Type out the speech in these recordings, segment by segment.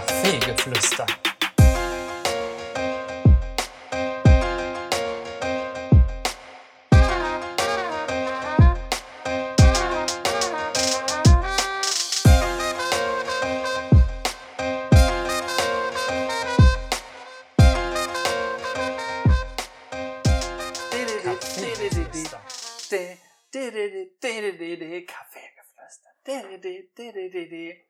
Kaffeegeflüster. Kaffeegeflüster. Café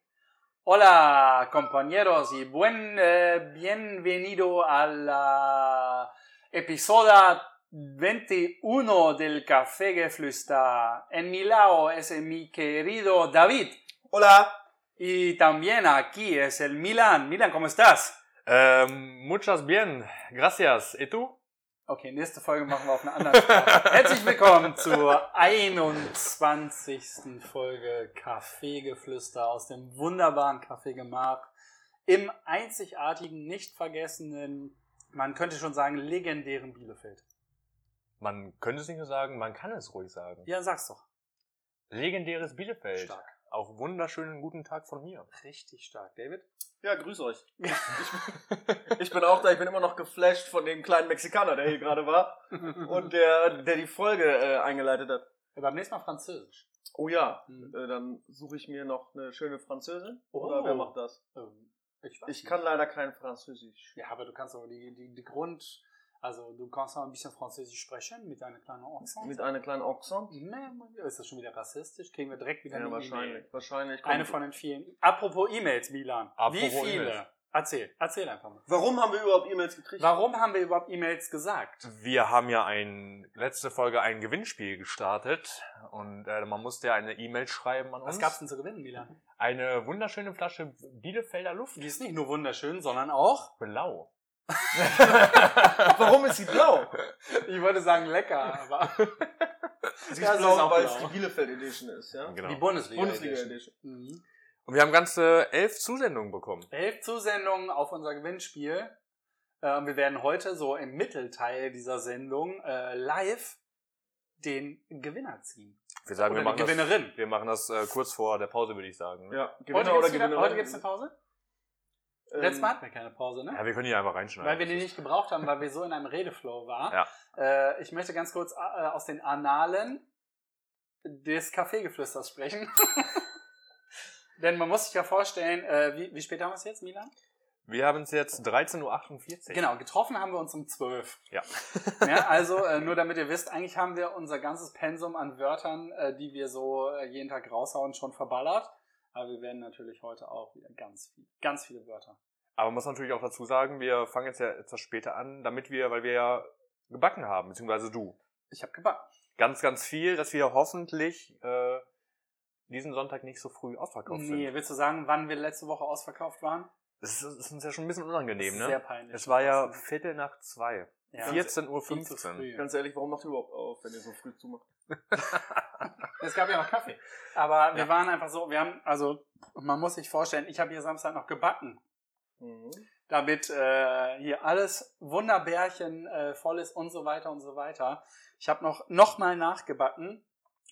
Hola compañeros y buen eh, bienvenido a la episodio 21 del Café Geflüster. En mi lado es mi querido David Hola. y también aquí es el Milan. Milan, ¿cómo estás? Ähm, muchas bien. Gracias. Et tu? Okay, nächste Folge machen wir auf einer anderen Sprache. Herzlich willkommen zur 21. Folge Kaffeegeflüster aus dem wunderbaren Kaffeegemach im einzigartigen, nicht vergessenen, man könnte schon sagen, legendären Bielefeld. Man könnte es nicht nur sagen, man kann es ruhig sagen. Ja, sag's doch. Legendäres Bielefeld. Stark. Auch wunderschönen guten Tag von mir. Richtig stark, David. Ja, grüß euch. Ich, ich bin auch da, ich bin immer noch geflasht von dem kleinen Mexikaner, der hier gerade war und der, der die Folge äh, eingeleitet hat. Ja, Beim nächsten Mal Französisch. Oh ja, Hm. äh, dann suche ich mir noch eine schöne Französin. Oh. Oder wer macht das? Ähm, Ich, weiß Ich nicht. kann leider kein Französisch. Ja, aber du kannst aber die, die, die Grund, also du kannst auch ein bisschen Französisch sprechen mit deiner kleinen Accent. Mit einem kleinen Accent? Nee, ist das schon wieder rassistisch? Kriegen wir direkt wieder Ja, eine wahrscheinlich. E-Mail. Wahrscheinlich. kommt- Eine von den vielen. Apropos E-Mails, Milan. Wie Apropos viele? E-Mails. Erzähl, erzähl einfach mal. Warum haben wir überhaupt E-Mails gekriegt? Warum haben wir überhaupt E-Mails gesagt? Wir haben ja ein, letzte Folge ein Gewinnspiel gestartet und äh, man musste ja eine E-Mail schreiben an uns. Was gab's denn zu gewinnen, Milan? Eine wunderschöne Flasche Bielefelder Luft. Die ist nicht nur wunderschön, sondern auch, Blau. Warum ist sie blau? ich wollte sagen lecker, aber Sie Ja, ist sie ist blau, auch genau. weil es blau. die Bielefeld Edition ist, ja? Genau. die Bundesliga. Bundesliga Edition. Edition. Mhm. Und wir haben ganze elf Zusendungen bekommen. Elf Zusendungen auf unser Gewinnspiel. Ähm, wir werden heute so im Mittelteil dieser Sendung äh, live den Gewinner ziehen. Wir sagen, wir Oder machen, die Gewinnerin. das, wir machen das äh, kurz vor der Pause, würde ich sagen. ne? Ja, Heute gibt's, Gewinner oder Ähm, wieder, Gewinner. heute gibt's eine Pause? Letztes Mal hatten wir keine Pause, ne? Ja, wir können die einfach reinschneiden. Weil wir die nicht gebraucht haben, weil wir so in einem Redeflow waren. Äh, ich möchte ganz kurz äh, aus den Analen des Kaffeegeflüsters sprechen. Denn man muss sich ja vorstellen, äh, wie, wie spät haben wir es jetzt, Milan? Wir haben es jetzt 13.48 Uhr. Genau, getroffen haben wir uns um 12. Ja. ja also äh, nur damit ihr wisst, eigentlich haben wir unser ganzes Pensum an Wörtern, äh, die wir so äh, jeden Tag raushauen, schon verballert. Aber wir werden natürlich heute auch wieder ganz viel, ganz viele Wörter. Aber man muss natürlich auch dazu sagen, wir fangen jetzt ja etwas später an, damit wir, weil wir ja gebacken haben, beziehungsweise du. Ich habe gebacken. Ganz, ganz viel, dass wir hoffentlich äh, diesen Sonntag nicht so früh ausverkauft Nee, sind. willst du sagen, wann wir letzte Woche ausverkauft waren? Das ist, das ist uns ja schon ein bisschen unangenehm, Sehr ne? peinlich. ne? Es war ja Viertel nach zwei. Ja. 14.15 Uhr. Ja. Ganz ehrlich, warum macht ihr überhaupt auf, wenn ihr so früh zumacht? Es gab ja noch Kaffee. Aber wir Ja. waren einfach so, wir haben, also man muss sich vorstellen, ich habe hier Samstag noch gebacken, Mhm. damit äh, hier alles Wunderbärchen äh, voll ist und so weiter und so weiter. Ich habe noch, noch mal nachgebacken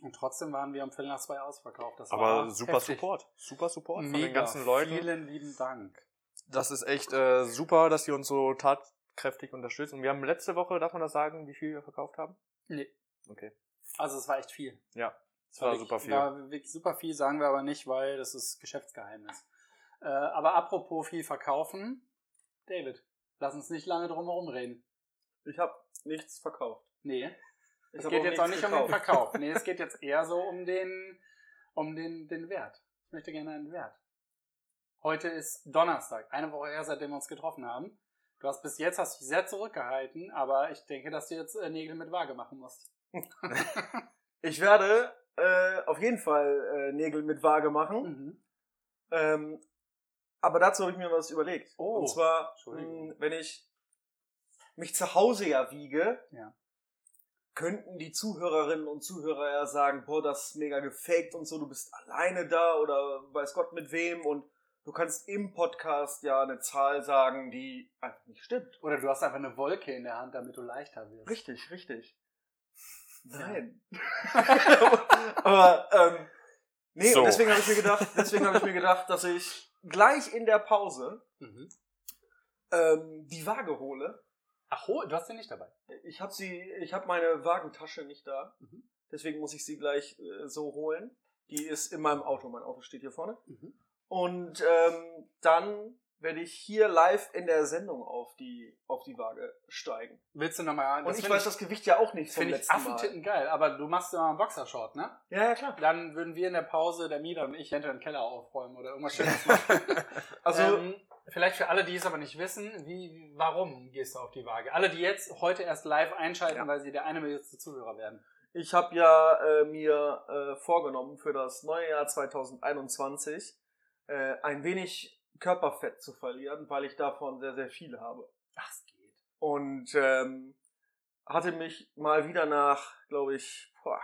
und trotzdem waren wir um Viertel nach zwei ausverkauft. Das war Aber super heftig. Support. Super Support Mega. von den ganzen Leuten. Vielen lieben Dank. Das ist echt äh, super, dass sie uns so tatkräftig unterstützen. Und wir haben letzte Woche, darf man das sagen, wie viel wir verkauft haben? Nee. Okay. Also es war echt viel. Das war wirklich- super viel. War wirklich super viel, sagen wir aber nicht, weil das ist Geschäftsgeheimnis. Äh, aber apropos viel verkaufen, David, lass uns nicht lange drum herum reden. Ich habe nichts verkauft. Nee, Ich es hab geht jetzt auch nicht nichts um den gekauft. Verkauf. Nee, es geht jetzt eher so um den, um den, den Wert. Ich möchte gerne einen Wert. Heute ist Donnerstag, eine Woche her, seitdem wir uns getroffen haben. Du hast bis jetzt hast dich sehr zurückgehalten, aber ich denke, dass du jetzt äh, Nägel mit Waage machen musst. Ich werde äh, auf jeden Fall äh, Nägel mit Waage machen. Mhm. Ähm, aber dazu habe ich mir was überlegt. Oh, Und zwar, Entschuldigung. mh, wenn ich mich zu Hause ja wiege, Ja. könnten die Zuhörerinnen und Zuhörer ja sagen, boah, das ist mega gefaked und so, du bist alleine da oder weiß Gott mit wem und du kannst im Podcast ja eine Zahl sagen, die einfach nicht stimmt. Oder du hast einfach eine Wolke in der Hand, damit du leichter wirst. Richtig, richtig. Nein. ähm, Aber ähm, nee, So. und deswegen habe ich mir gedacht, deswegen habe ich mir gedacht, dass ich gleich in der Pause Mhm. ähm, die Waage hole. Ach, ho- du hast den nicht dabei. Ich habe sie, ich habe meine Wagentasche nicht da. Mhm. Deswegen muss ich sie gleich äh, so holen. Die ist in meinem Auto. Mein Auto steht hier vorne. Mhm. Und ähm, dann werde ich hier live in der Sendung auf die, auf die Waage steigen. Willst du nochmal? Und ich weiß das Gewicht ja auch nicht vom Finde ich letzten Mal. Affentitten geil, aber du machst immer einen Boxershort, ne? Ja, ja, klar. Dann würden wir in der Pause, der Mieter und ich, eventuell den Keller aufräumen oder irgendwas Schönes machen. Also, ähm, vielleicht für alle, die es aber nicht wissen, wie, wie- warum gehst du auf die Waage? Alle, die jetzt heute erst live einschalten, Ja. weil sie der eine Millionste Zuhörer werden. ich habe ja äh, mir äh, vorgenommen, für das neue Jahr 2021 äh, ein wenig Körperfett zu verlieren, weil ich davon sehr, sehr viel habe. Ach, es geht. Und ähm, hatte mich mal wieder nach, glaube ich, boah,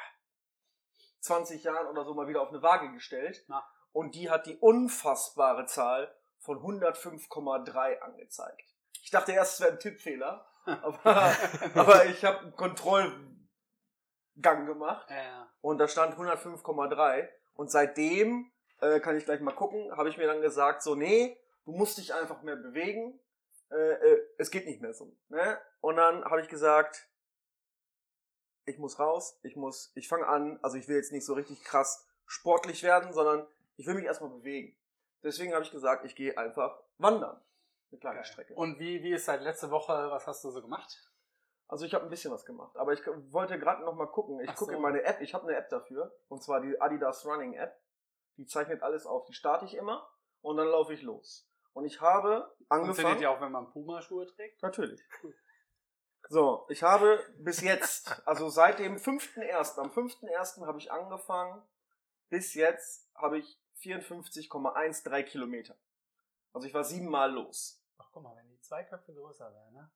20 Jahren oder so mal wieder auf eine Waage gestellt. Na. Und die hat die unfassbare Zahl von 105,3 angezeigt. Ich dachte erst, es wäre ein Tippfehler, aber, aber ich habe einen Kontrollgang gemacht Äh, und da stand 105,3 und seitdem äh, kann ich gleich mal gucken, habe ich mir dann gesagt so nee, du musst dich einfach mehr bewegen, äh, äh, es geht nicht mehr so, ne? Und dann habe ich gesagt, ich muss raus, ich muss, ich fange an, also ich will jetzt nicht so richtig krass sportlich werden, sondern ich will mich erstmal bewegen. Deswegen habe ich gesagt, ich gehe einfach wandern, eine kleine geil. Strecke. Und wie, wie ist seit letzte Woche, was hast du so gemacht? Also ich habe ein bisschen was gemacht, aber ich wollte gerade noch mal gucken. Ich Ach gucke so. in meine App, ich habe eine App dafür, und zwar die Adidas Running App. Die zeichnet alles auf, die starte ich immer und dann laufe ich los. Und ich habe Funktioniert angefangen. ja auch, wenn man Puma-Schuhe trägt. Natürlich. So, ich habe bis jetzt, also seit dem 5.1., am 5.1. habe ich angefangen, bis jetzt habe ich 54,13 Kilometer. Also ich war siebenmal los. Ach, guck mal, wenn die zwei Köpfe größer wären, ne?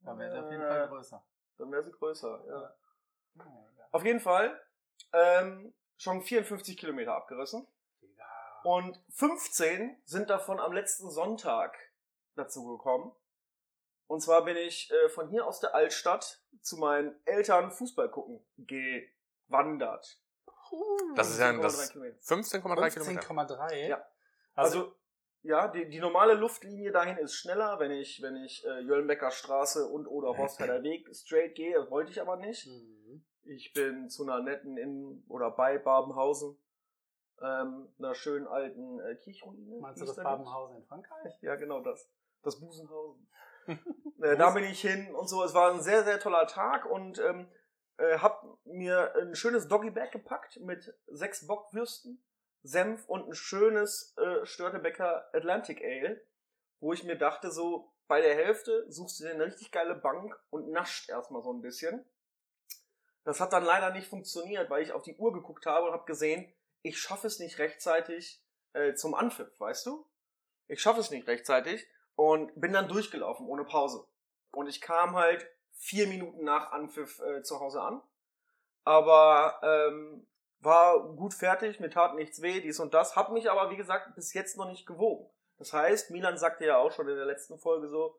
Dann wäre wär's es auf jeden Fall größer. Dann wäre sie größer, ja. Auf jeden Fall ähm, schon 54 Kilometer abgerissen. Digga. Und 15 sind davon am letzten Sonntag dazu gekommen. Und zwar bin ich äh, von hier aus der Altstadt zu meinen Eltern Fußball gucken gewandert. Das ist ja ein- 15,3 das- Kilometer. 15,3 Kilometer. 15,3? Ja. Also, Also, ja, die, die normale Luftlinie dahin ist schneller, wenn ich, wenn ich äh, Jöllenbecker Straße und oder Horstheider Weg straight gehe, wollte ich aber nicht. Mhm. Ich bin zu einer netten in oder bei Babenhausen, ähm, einer schönen alten äh, Kirchruine. meinst du hieß das der Babenhausen in Frankreich? nicht? Ja, genau das. Das Busenhausen. äh, da bin ich hin und so. Es war ein sehr, sehr toller Tag und ähm, äh, hab mir ein schönes Doggy-Bag gepackt mit sechs Bockwürsten, Senf und ein schönes äh, Störtebecker Atlantic Ale, wo ich mir dachte, so bei der Hälfte suchst du dir eine richtig geile Bank und nascht erstmal so ein bisschen. Das hat dann leider nicht funktioniert, weil ich auf die Uhr geguckt habe und habe gesehen, ich schaffe es nicht rechtzeitig äh, zum Anpfiff, weißt du? Ich schaffe es nicht rechtzeitig und bin dann durchgelaufen ohne Pause. Und ich kam halt vier Minuten nach Anpfiff äh, zu Hause an, aber ähm, war gut fertig, mir tat nichts weh, dies und das, hab mich aber, wie gesagt, bis jetzt noch nicht gewogen. Das heißt, Milan sagte ja auch schon in der letzten Folge so,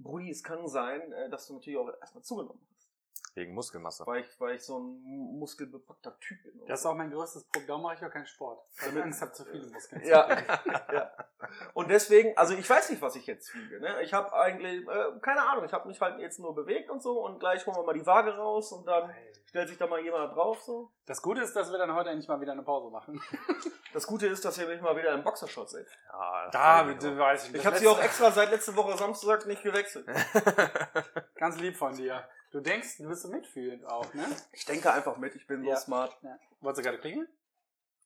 Brudi, es kann sein, äh, dass du natürlich auch erstmal zugenommen hast Wegen Muskelmasse. weil ich, weil ich so ein muskelbepackter Typ bin. Das ist auch mein größtes Problem. Darum mache ich auch keinen Sport. Weil ich Damit- Angst habe, zu viele Muskeln zu ja, ja. Und deswegen, also ich weiß nicht, was ich jetzt wiege. Ne? Ich habe eigentlich, äh, keine Ahnung, ich habe mich halt jetzt nur bewegt und so und gleich holen wir mal die Waage raus und dann Geil. stellt sich da mal jemand drauf so. Das Gute ist, dass wir dann heute endlich mal wieder eine Pause machen. Das Gute ist, dass ihr mich mal wieder im Boxershot seht. Ja, weiß nicht. Ich habe sie auch extra seit letzte Woche Samstag nicht gewechselt. ganz lieb von dir. Du denkst, du bist so mitfühlend auch, ne? Ich denke einfach mit, ich bin Ja. so smart. Wolltest du gerade klingeln?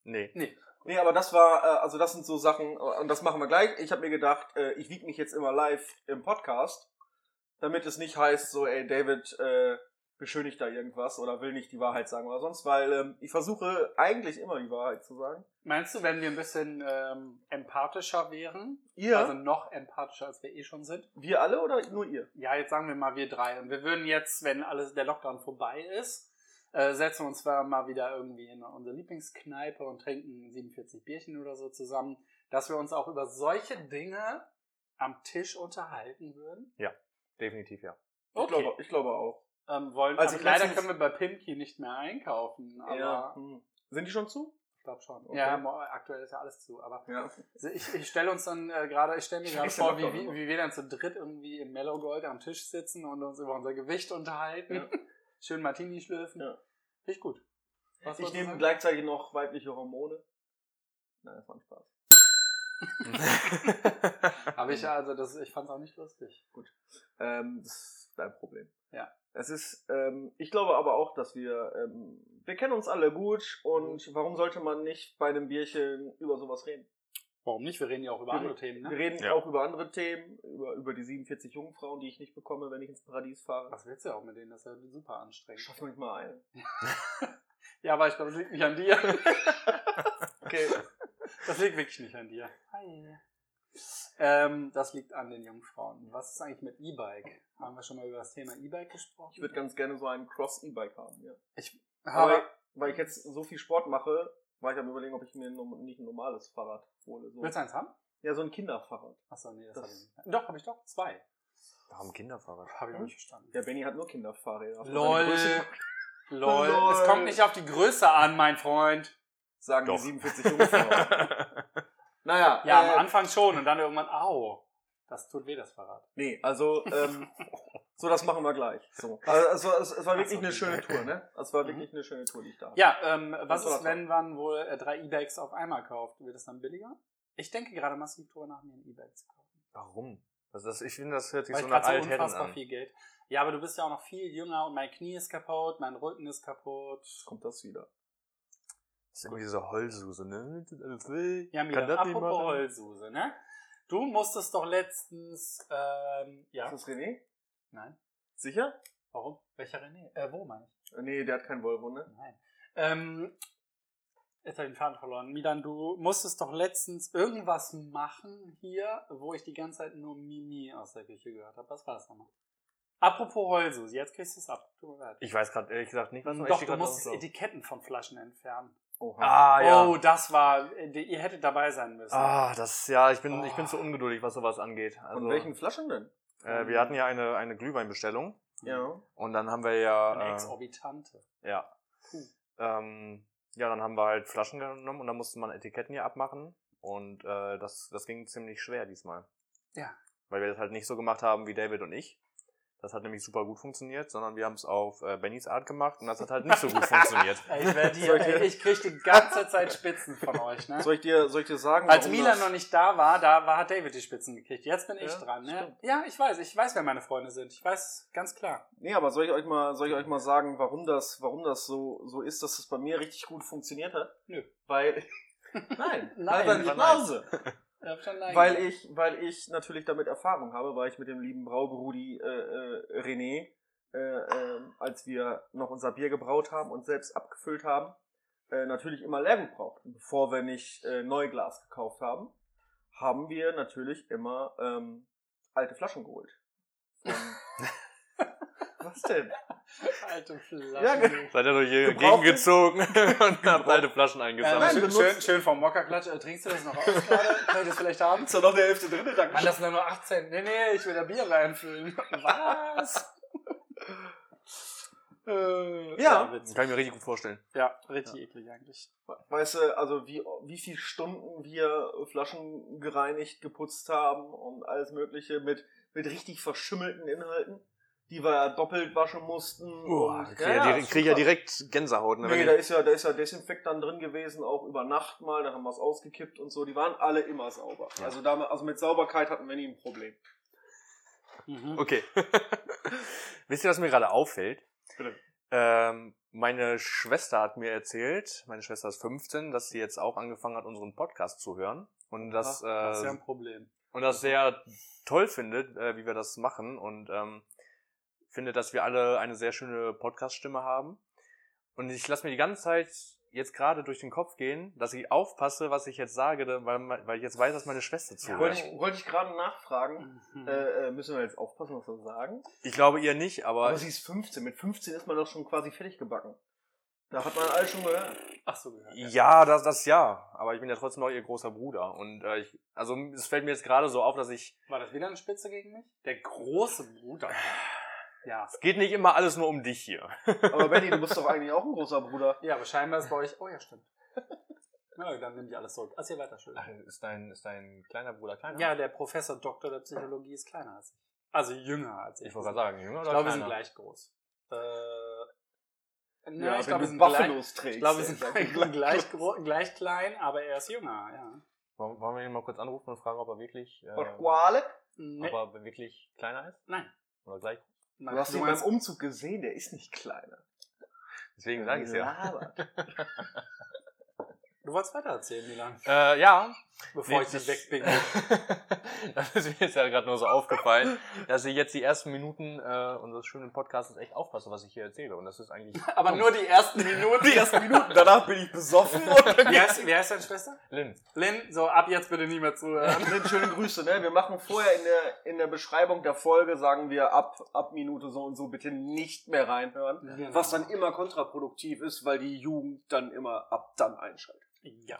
Nee. Nee, aber das war, äh, also das sind so Sachen, äh, und das machen wir gleich. Ich habe mir gedacht, äh, ich wiege mich jetzt immer live im Podcast, damit es nicht heißt, so, ey, David äh, beschönigt da irgendwas oder will nicht die Wahrheit sagen oder sonst, weil ähm, ich versuche eigentlich immer die Wahrheit zu sagen. Meinst du, wenn wir ein bisschen ähm, empathischer wären, Ihr, also noch empathischer, als wir eh schon sind? wir alle oder nur ihr? Ja, jetzt sagen wir mal wir drei. Und wir würden jetzt, wenn alles der Lockdown vorbei ist, äh, setzen wir uns zwar mal wieder irgendwie in unsere Lieblingskneipe und trinken 47 Bierchen oder so zusammen, dass wir uns auch über solche Dinge am Tisch unterhalten würden. Definitiv ja. Ich, glaube, ich glaube auch. Ähm, wollen, Also also ich leider letztens- können wir bei Pimki nicht mehr einkaufen, aber Hm. Sind die schon zu? ich glaube schon. Okay. Ja, mo- aktuell ist ja alles zu, aber Ja. ich, ich stelle uns dann äh, gerade, ich stelle mir gerade Schließt den vor, wie, Lockdown wie, nochmal. wie wir dann zu dritt irgendwie im Mellow Gold am Tisch sitzen und uns über unser Gewicht unterhalten. Ja. Schön Martini schlürfen. Ja. Finde ich gut. Was Ich wolltest du nehme sagen? gleichzeitig noch weibliche Hormone. Nein, das war ein Spaß. Aber ich, also das, ich fand es auch nicht lustig. Ähm, das ist dein Problem. Ja. Es ist, ähm, ich glaube aber auch, dass wir, ähm, wir kennen uns alle gut und warum sollte man nicht bei einem Bierchen über sowas reden? Warum nicht? Wir reden ja auch über Wir- andere Themen, Wir ne? reden Ja. auch über andere Themen, über, über die 47 Jungfrauen, die ich nicht bekomme, wenn ich ins Paradies fahre. Was willst du ja auch mit denen? Das ist ja super anstrengend. Schaff mich mal ein. Ja, aber ich glaube, das liegt nicht an dir. Okay. Das liegt wirklich nicht an dir. Hi. Ähm, das liegt an den Jungfrauen. Was ist eigentlich mit E-Bike? Haben wir schon mal über das Thema E-Bike gesprochen? Ich würde ganz gerne so einen Cross-E-Bike haben, ja. aber, Aber weil ich jetzt so viel Sport mache, war ich am überlegen, ob ich mir nom- nicht ein normales Fahrrad hole. So. willst du eins haben? Ja, so ein Kinderfahrrad. Achso, nee, das, Das- habe ich nicht. Doch, habe ich doch. Zwei. Warum Kinderfahrrad? Habe ich Hm? nicht verstanden. Ja, Benny hat nur Kinderfahrräder. Also Lol. Lol. Lol. Es kommt nicht auf die Größe an, mein Freund. Sagen Doch. die 47 Jungfrauen. naja, Ja, äh, am Anfang schon und dann irgendwann, au. Das tut weh, das Fahrrad. Nee, also, ähm, so, das machen wir gleich. So. Also, es war, es, es war Ach so, wirklich eine okay. schöne Tour, ne? Es war Mhm. wirklich eine schöne Tour, die ich da hatte. Ja, ähm, was war ist, toll. wenn man wohl äh, drei E-Bikes auf einmal kauft? Wird es dann billiger? Ich denke gerade massiv drüber nach, mir ein E-Bike zu kaufen. Warum? Also das, ich finde, das hört sich Weil so ich nach gerade so Altherren unfassbar an. viel Geld. Ja, aber du bist ja auch noch viel jünger und mein Knie ist kaputt, mein Rücken ist kaputt. Kommt das wieder. Das ist irgendwie diese Heulsuse, ne? Das ist alles wild. Ja, Kann Mila, das nicht apropos machen? Heulsuse, ne? Du musstest doch letztens, ähm, ja. Ist das René? Nein. Sicher? Warum? Welcher René? Äh, wo meine ich? Äh, Nee, der hat kein Volvo, ne? Nein. Ähm, jetzt habe ich den Faden verloren. Milan, du musstest doch letztens irgendwas machen hier, wo ich die ganze Zeit nur Mimi aus der Küche gehört habe. Was war das nochmal? Apropos Heulsuse, jetzt kriegst du es ab. Tut mir leid. Ich weiß gerade ehrlich gesagt nicht, was Doch, ich du musstest Etiketten von Flaschen entfernen. Oha. Ah, ja. Oh, das war, ihr hättet dabei sein müssen. Ah, das, ja, ich bin, ich bin Oh. zu ungeduldig, was sowas angeht. Also, Von welchen Flaschen denn? Äh, wir hatten ja eine, eine Glühweinbestellung. Ja. Und dann haben wir Eine ja, äh, Exorbitante. ja. Puh. Ähm, ja, dann haben wir halt Flaschen genommen und dann musste man Etiketten hier abmachen. Und äh, das, das ging ziemlich schwer diesmal. Ja. Weil wir das halt nicht so gemacht haben wie David und ich. Das hat nämlich super gut funktioniert, sondern wir haben es auf äh, Bennys Art gemacht und das hat halt nicht so gut funktioniert. Ey, ich werde hier, Soll ich dir- ey, ich krieg die ganze Zeit Spitzen von euch, ne? Soll ich dir, soll ich dir sagen, Als warum Milan um das- noch nicht da war, da war, hat David die Spitzen gekriegt. Jetzt bin ich Ja, dran, ne? stimmt. Ja, ich weiß, ich weiß, wer meine Freunde sind. Ich weiß ganz klar. Nee, aber soll ich euch mal, soll ich euch mal sagen, warum das, warum das so, so ist, dass es bei mir richtig gut funktioniert hat? Nö. Weil, nein, Nein, halt nicht nein. Nase. Weil Weil ich ich, weil ich natürlich damit Erfahrung habe, weil ich mit dem lieben Braubrudi äh, äh, René, äh, äh, als wir noch unser Bier gebraut haben und selbst abgefüllt haben, äh, natürlich immer Leergut brauchten. Bevor wir nicht äh, Neuglas gekauft haben, haben wir natürlich immer ähm, alte Flaschen geholt. Von- Was denn? alte Flaschen. Ja, genau. ge- Seid ihr durch die Gebraucht Gegend gezogen und habt Gebraucht. alte Flaschen Ähm, eingesammelt. Äh, Nein, schön, benutzt- schön, schön vom Mockerklatsch. Äh, trinkst du das noch aus gerade? Kann ich das vielleicht haben? Ist doch noch der Hälfte drin, Mann, das sind doch nur 18. Nee, nee, ich will da Bier reinfüllen. Was? äh, Ja. witzig. Kann ich mir richtig gut vorstellen. Ja, richtig eklig eigentlich. Weißt du, also wie, wie viele Stunden wir Flaschen gereinigt, geputzt haben und alles Mögliche mit, mit richtig verschimmelten Inhalten, die wir ja doppelt waschen mussten. Boah, und- ich krieg Oh, ja, direkt- ist krieg ja super. direkt Gänsehaut. Ne, wenn Nee, ich- da ist ja, da ist ja Desinfektan drin gewesen, auch über Nacht mal, da haben wir es ausgekippt und so. Die waren alle immer sauber. Ja. Also, da, also mit Sauberkeit hatten wir nie ein Problem. Mhm. Okay. Wisst ihr, was mir gerade auffällt? Bitte. Ähm, meine Schwester hat mir erzählt, meine Schwester ist 15, dass sie jetzt auch angefangen hat, unseren Podcast zu hören. Und das, äh, Das ist ja ein Problem. und das sehr toll findet, äh, wie wir das machen. Und ähm, findet, dass wir alle eine sehr schöne Podcast-Stimme haben. Und ich lasse mir die ganze Zeit jetzt gerade durch den Kopf gehen, dass ich aufpasse, was ich jetzt sage, da- weil, me- weil ich jetzt weiß, dass meine Schwester zuhört. Wollte ich, wollte ich gerade nachfragen, Mhm. äh, äh, müssen wir jetzt aufpassen, was wir sagen? ich glaube ihr nicht, aber, Aber sie ist 15. Mit 15 ist man doch schon quasi fertig gebacken. Da hat man alles schon gehört. Ach so, gehört. Ja, das, das ja. Aber ich bin ja trotzdem noch ihr großer Bruder. Und äh, ich, also es fällt mir jetzt gerade so auf, dass ich. War das wieder eine Spitze gegen mich? Der große Bruder. Ja. Es geht nicht immer alles nur um dich hier. Aber Benny, du bist doch eigentlich auch ein großer Bruder. Ja, aber scheinbar ist bei euch. Oh ja, stimmt. Ja, dann nehme ich alles zurück. Erzähl weiter, schön. Ach, ist dein, ist dein kleiner Bruder kleiner? Ja, der Professor Doktor der Psychologie ist kleiner als ich. Also jünger als ich. Ich wollte gerade sagen, jünger Ich oder glaube, wir sind kleiner? gleich groß. Äh, ne, Ja, ich wenn glaube, du wir sind gleich, Buffalos trägst. ich glaube, wir ey, sind dann- gleich, gleich, gro- gleich klein, aber er ist jünger, ja. Wollen, wollen wir ihn mal kurz anrufen und fragen, ob er wirklich, äh, Und ob Quale? Nee, er wirklich kleiner ist? ne? Nein. Oder gleich? nein, Du hast ihn beim meinst- Umzug gesehen, der ist nicht kleiner. Deswegen sage ich es ja. Labert. du wolltest weiter erzählen, Milan, Äh, ja, bevor Nee, ich dich das- wegbinge. das ist mir jetzt ja gerade nur so aufgefallen, dass ich jetzt die ersten Minuten äh, unseres schönen Podcasts echt aufpasse, was ich hier erzähle. Und das ist eigentlich Aber nur die ersten Minuten. Oh. Die ersten Minuten, danach bin ich besoffen. Und Wie heißt, wie heißt deine Schwester? Lynn. Lynn, so ab jetzt bitte nie mehr zuhören. Lynn, schöne Grüße, ne? Wir machen vorher in der, in der Beschreibung der Folge, sagen wir ab, ab Minute so und so bitte nicht mehr reinhören. Genau. Was dann immer kontraproduktiv ist, weil die Jugend dann immer ab dann einschaltet. Ja.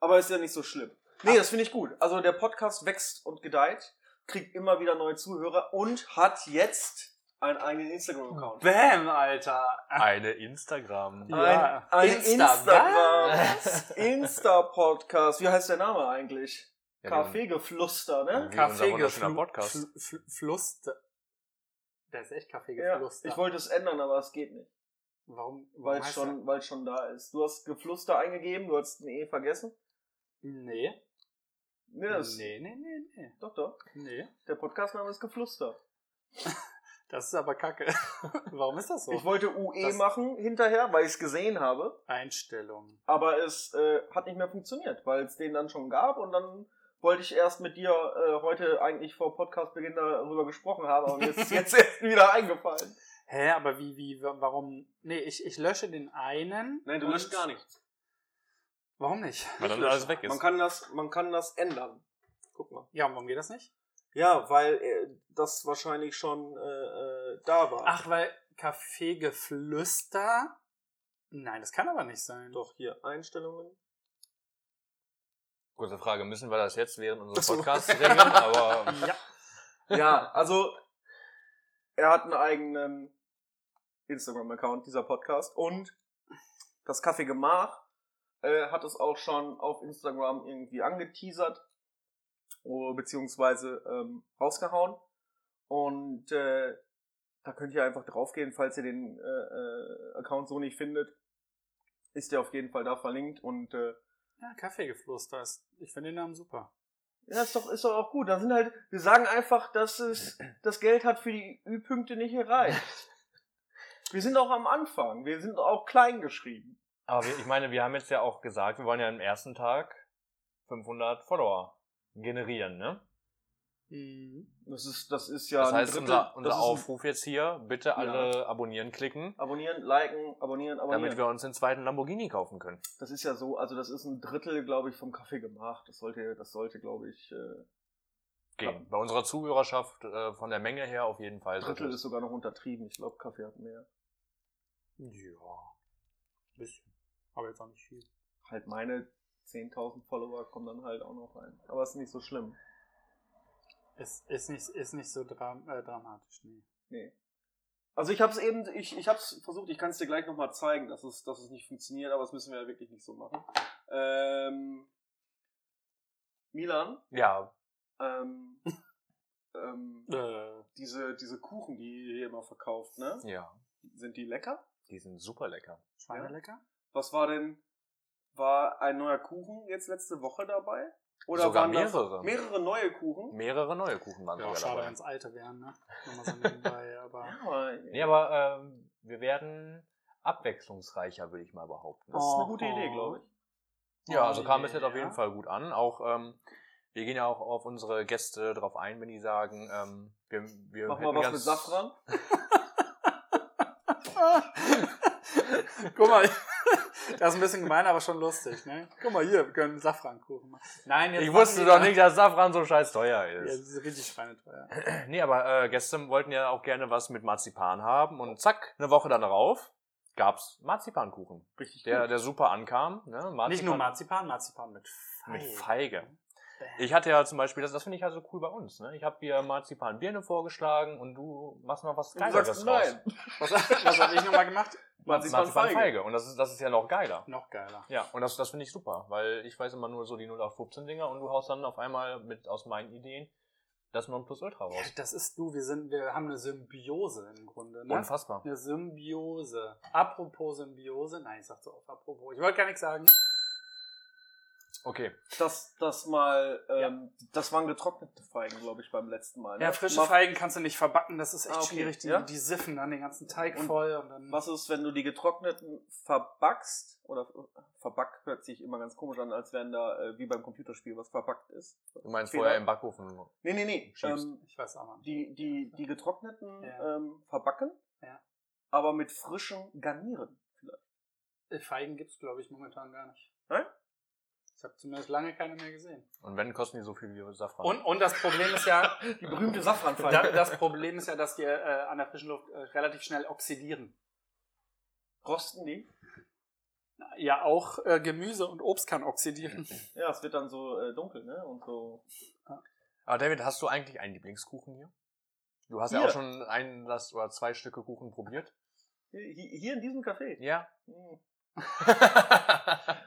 Aber ist ja nicht so schlimm. Nee, das finde ich gut. Also der Podcast wächst und gedeiht, kriegt immer wieder neue Zuhörer und hat jetzt einen eigenen Instagram-Account. Bam, Alter. Eine Instagram. Ja. Ein, ein Insta- Instagram. Insta-Podcast. Wie heißt der Name eigentlich? Ja, Kaffeegeflüster, wie- ne? wie unser Kaffee wunderschöner Podcast. Fluster. Der ist echt Kaffee Ja, geflustert. ich wollte es ändern, aber es geht nicht, warum, warum weil es heißt schon, weil es schon da ist. Du hast Geflüster eingegeben, du hast ein E vergessen. er- Nee. Nee, das Nee, nee, nee, nee. doch, doch. Nee. Der Podcastname ist Geflüster. Das ist aber kacke. warum ist das so? Ich wollte UE Das- machen hinterher, weil ich es gesehen habe, Einstellung. aber es äh, hat nicht mehr funktioniert, weil es den dann schon gab und dann wollte ich erst mit dir äh, heute eigentlich vor Podcastbeginn darüber gesprochen haben, aber mir ist es jetzt erst wieder eingefallen. Hä, aber wie, wie, wa- warum? Nee, ich, ich lösche den einen. und- nichts. Warum nicht? Weil dann alles weg ist. kann das, man kann das ändern. Guck mal. Ja, und warum geht das nicht? Ja, weil äh, das wahrscheinlich schon äh, äh, da war. Ach, weil Kaffeegeflüster? Nein, das kann aber nicht sein. Doch, hier Einstellungen. Kurze Frage, müssen wir das jetzt während unseres Achso. Podcasts regeln? Aber Ja. Ja, also er hat einen eigenen Instagram-Account, dieser Podcast. Und das Kaffee Gemach äh, hat es auch schon auf Instagram irgendwie angeteasert, oh, beziehungsweise ähm, rausgehauen. Und äh, da könnt ihr einfach draufgehen, falls ihr den äh, äh, Account so nicht findet. Ist der auf jeden Fall da verlinkt und äh, ja Kaffeegeflüster ist. Ich finde den Namen super. Ja, ist doch, ist doch auch gut. Da sind halt, wir sagen einfach, dass es das Geld hat für die Ü-Punkte nicht gereicht. Wir sind auch am Anfang. Wir sind auch klein geschrieben. aber wir, ich meine, wir haben jetzt ja auch gesagt, wir wollen ja am ersten Tag 500 Follower generieren, ne? Mhm. Das ist, das ist ja Das ein heißt, Drittel- unser, unser das ist ein- Aufruf jetzt hier, bitte alle abonnieren klicken, Abonnieren, liken, abonnieren, damit abonnieren. wir uns den zweiten Lamborghini kaufen können. das ist ja so, also das ist ein Drittel, glaube ich, vom Kaffee gemacht. Das sollte, das sollte, glaube ich, äh, Gehen. Bei unserer Zuhörerschaft äh, von der Menge her auf jeden Fall. Drittel sollte ist sogar noch untertrieben. Ich glaube, Kaffee hat mehr. Ja. Bisschen. Aber jetzt auch nicht viel. Halt meine 10.000 Follower kommen dann halt auch noch rein. Aber ist nicht so schlimm. Ist, ist, nicht, ist nicht so dram äh, dramatisch, nee. Nee. Also ich habe es eben, ich, ich habe es versucht, ich kann es dir gleich nochmal zeigen, dass es, dass es nicht funktioniert, aber das müssen wir ja wirklich nicht so machen. Ähm, Milan, ja, ähm, ähm, Äh, diese, diese Kuchen, die ihr hier immer verkauft, ne? ja, Sind die lecker? die sind super lecker. Schweinelecker? Was war denn, war ein neuer Kuchen jetzt letzte Woche dabei? Oder Sogar waren mehrere. Das mehrere neue Kuchen? Mehrere neue Kuchen waren Ja, auch schade, sogar wenn's dabei. alte wären, ne? Nochmal so nebenbei, aber. Ja, Nee, aber ähm, wir werden abwechslungsreicher, würde ich mal behaupten. das ist eine gute Idee, glaube ich. Ja, also kam es jetzt Ja. auf jeden Fall gut an. Auch ähm, wir gehen ja auch auf unsere Gäste drauf ein, wenn die sagen, ähm, wir, wir Mach mal hätten ganz- was mit Safran. Guck mal, das ist ein bisschen gemein, aber schon lustig, ne? Guck mal hier, wir können Safrankuchen machen. Nein, jetzt Ich machen wusste die- doch nicht, dass Safran so scheiß teuer Ja, ist. das ist richtig schweineteuer. Nee, aber äh, gestern wollten ja auch gerne was mit Marzipan haben und zack, eine Woche darauf gab's Marzipankuchen, Richtig der, der super ankam. Ne? Marzipan Nicht nur Marzipan, Marzipan mit Feige. mit Feige. Ich hatte ja zum Beispiel, das, das finde ich ja so cool bei uns, ne? Ich habe dir Marzipan Birne vorgeschlagen und du machst noch was du Geileres sagst nein. raus. Was, was habe ich nochmal gemacht? Marzipan Feige. Und das ist, das ist ja noch geiler. Noch geiler. Ja, und das, das finde ich super, weil ich weiß immer nur so die 0815-Dinger und du haust dann auf einmal mit aus meinen Ideen das Nonplusultra raus. Das ist du, wir sind, wir haben eine Symbiose im Grunde. Ne? Unfassbar. Eine Symbiose. Apropos Symbiose. Nein, ich sag so oft apropos. Ich wollte gar nichts sagen. Okay. Das, das mal, ähm, das waren getrocknete Feigen, glaube ich, beim letzten Mal. ne? Ja, frische Ma- Feigen kannst du nicht verbacken, das ist echt Ah, okay. schwierig. Die, Ja? die siffen dann den ganzen Teig Und voll und dann. Was ist, wenn du die getrockneten verbackst? Oder äh, verback hört sich immer ganz komisch an, als wenn da äh, wie beim Computerspiel was verbackt ist. Du meinst Fehler. vorher im Backofen. Nee, nee, nee. Schiebst. Ähm, Ich weiß auch nicht. die, die, die getrockneten Ja. ähm, verbacken, Ja. aber mit frischen Garnieren. Die Feigen gibt's, glaube ich, momentan gar nicht. Nein? Ich habe zumindest lange keine mehr gesehen. Und wenn kosten die so viel wie Safran? Und, und das Problem ist ja, Die berühmte Safranfeige. da, das Problem ist ja, dass die äh, an der frischen Luft äh, relativ schnell oxidieren. Rosten die? Ja, auch äh, Gemüse und Obst kann oxidieren. Ja, es wird dann so äh, dunkel, ne? Und so. Aber Ah, David, hast du eigentlich einen Lieblingskuchen hier? Du hast ja Hier. auch schon ein das, oder zwei Stücke Kuchen probiert. Hier, hier in diesem Café. Ja. Hm.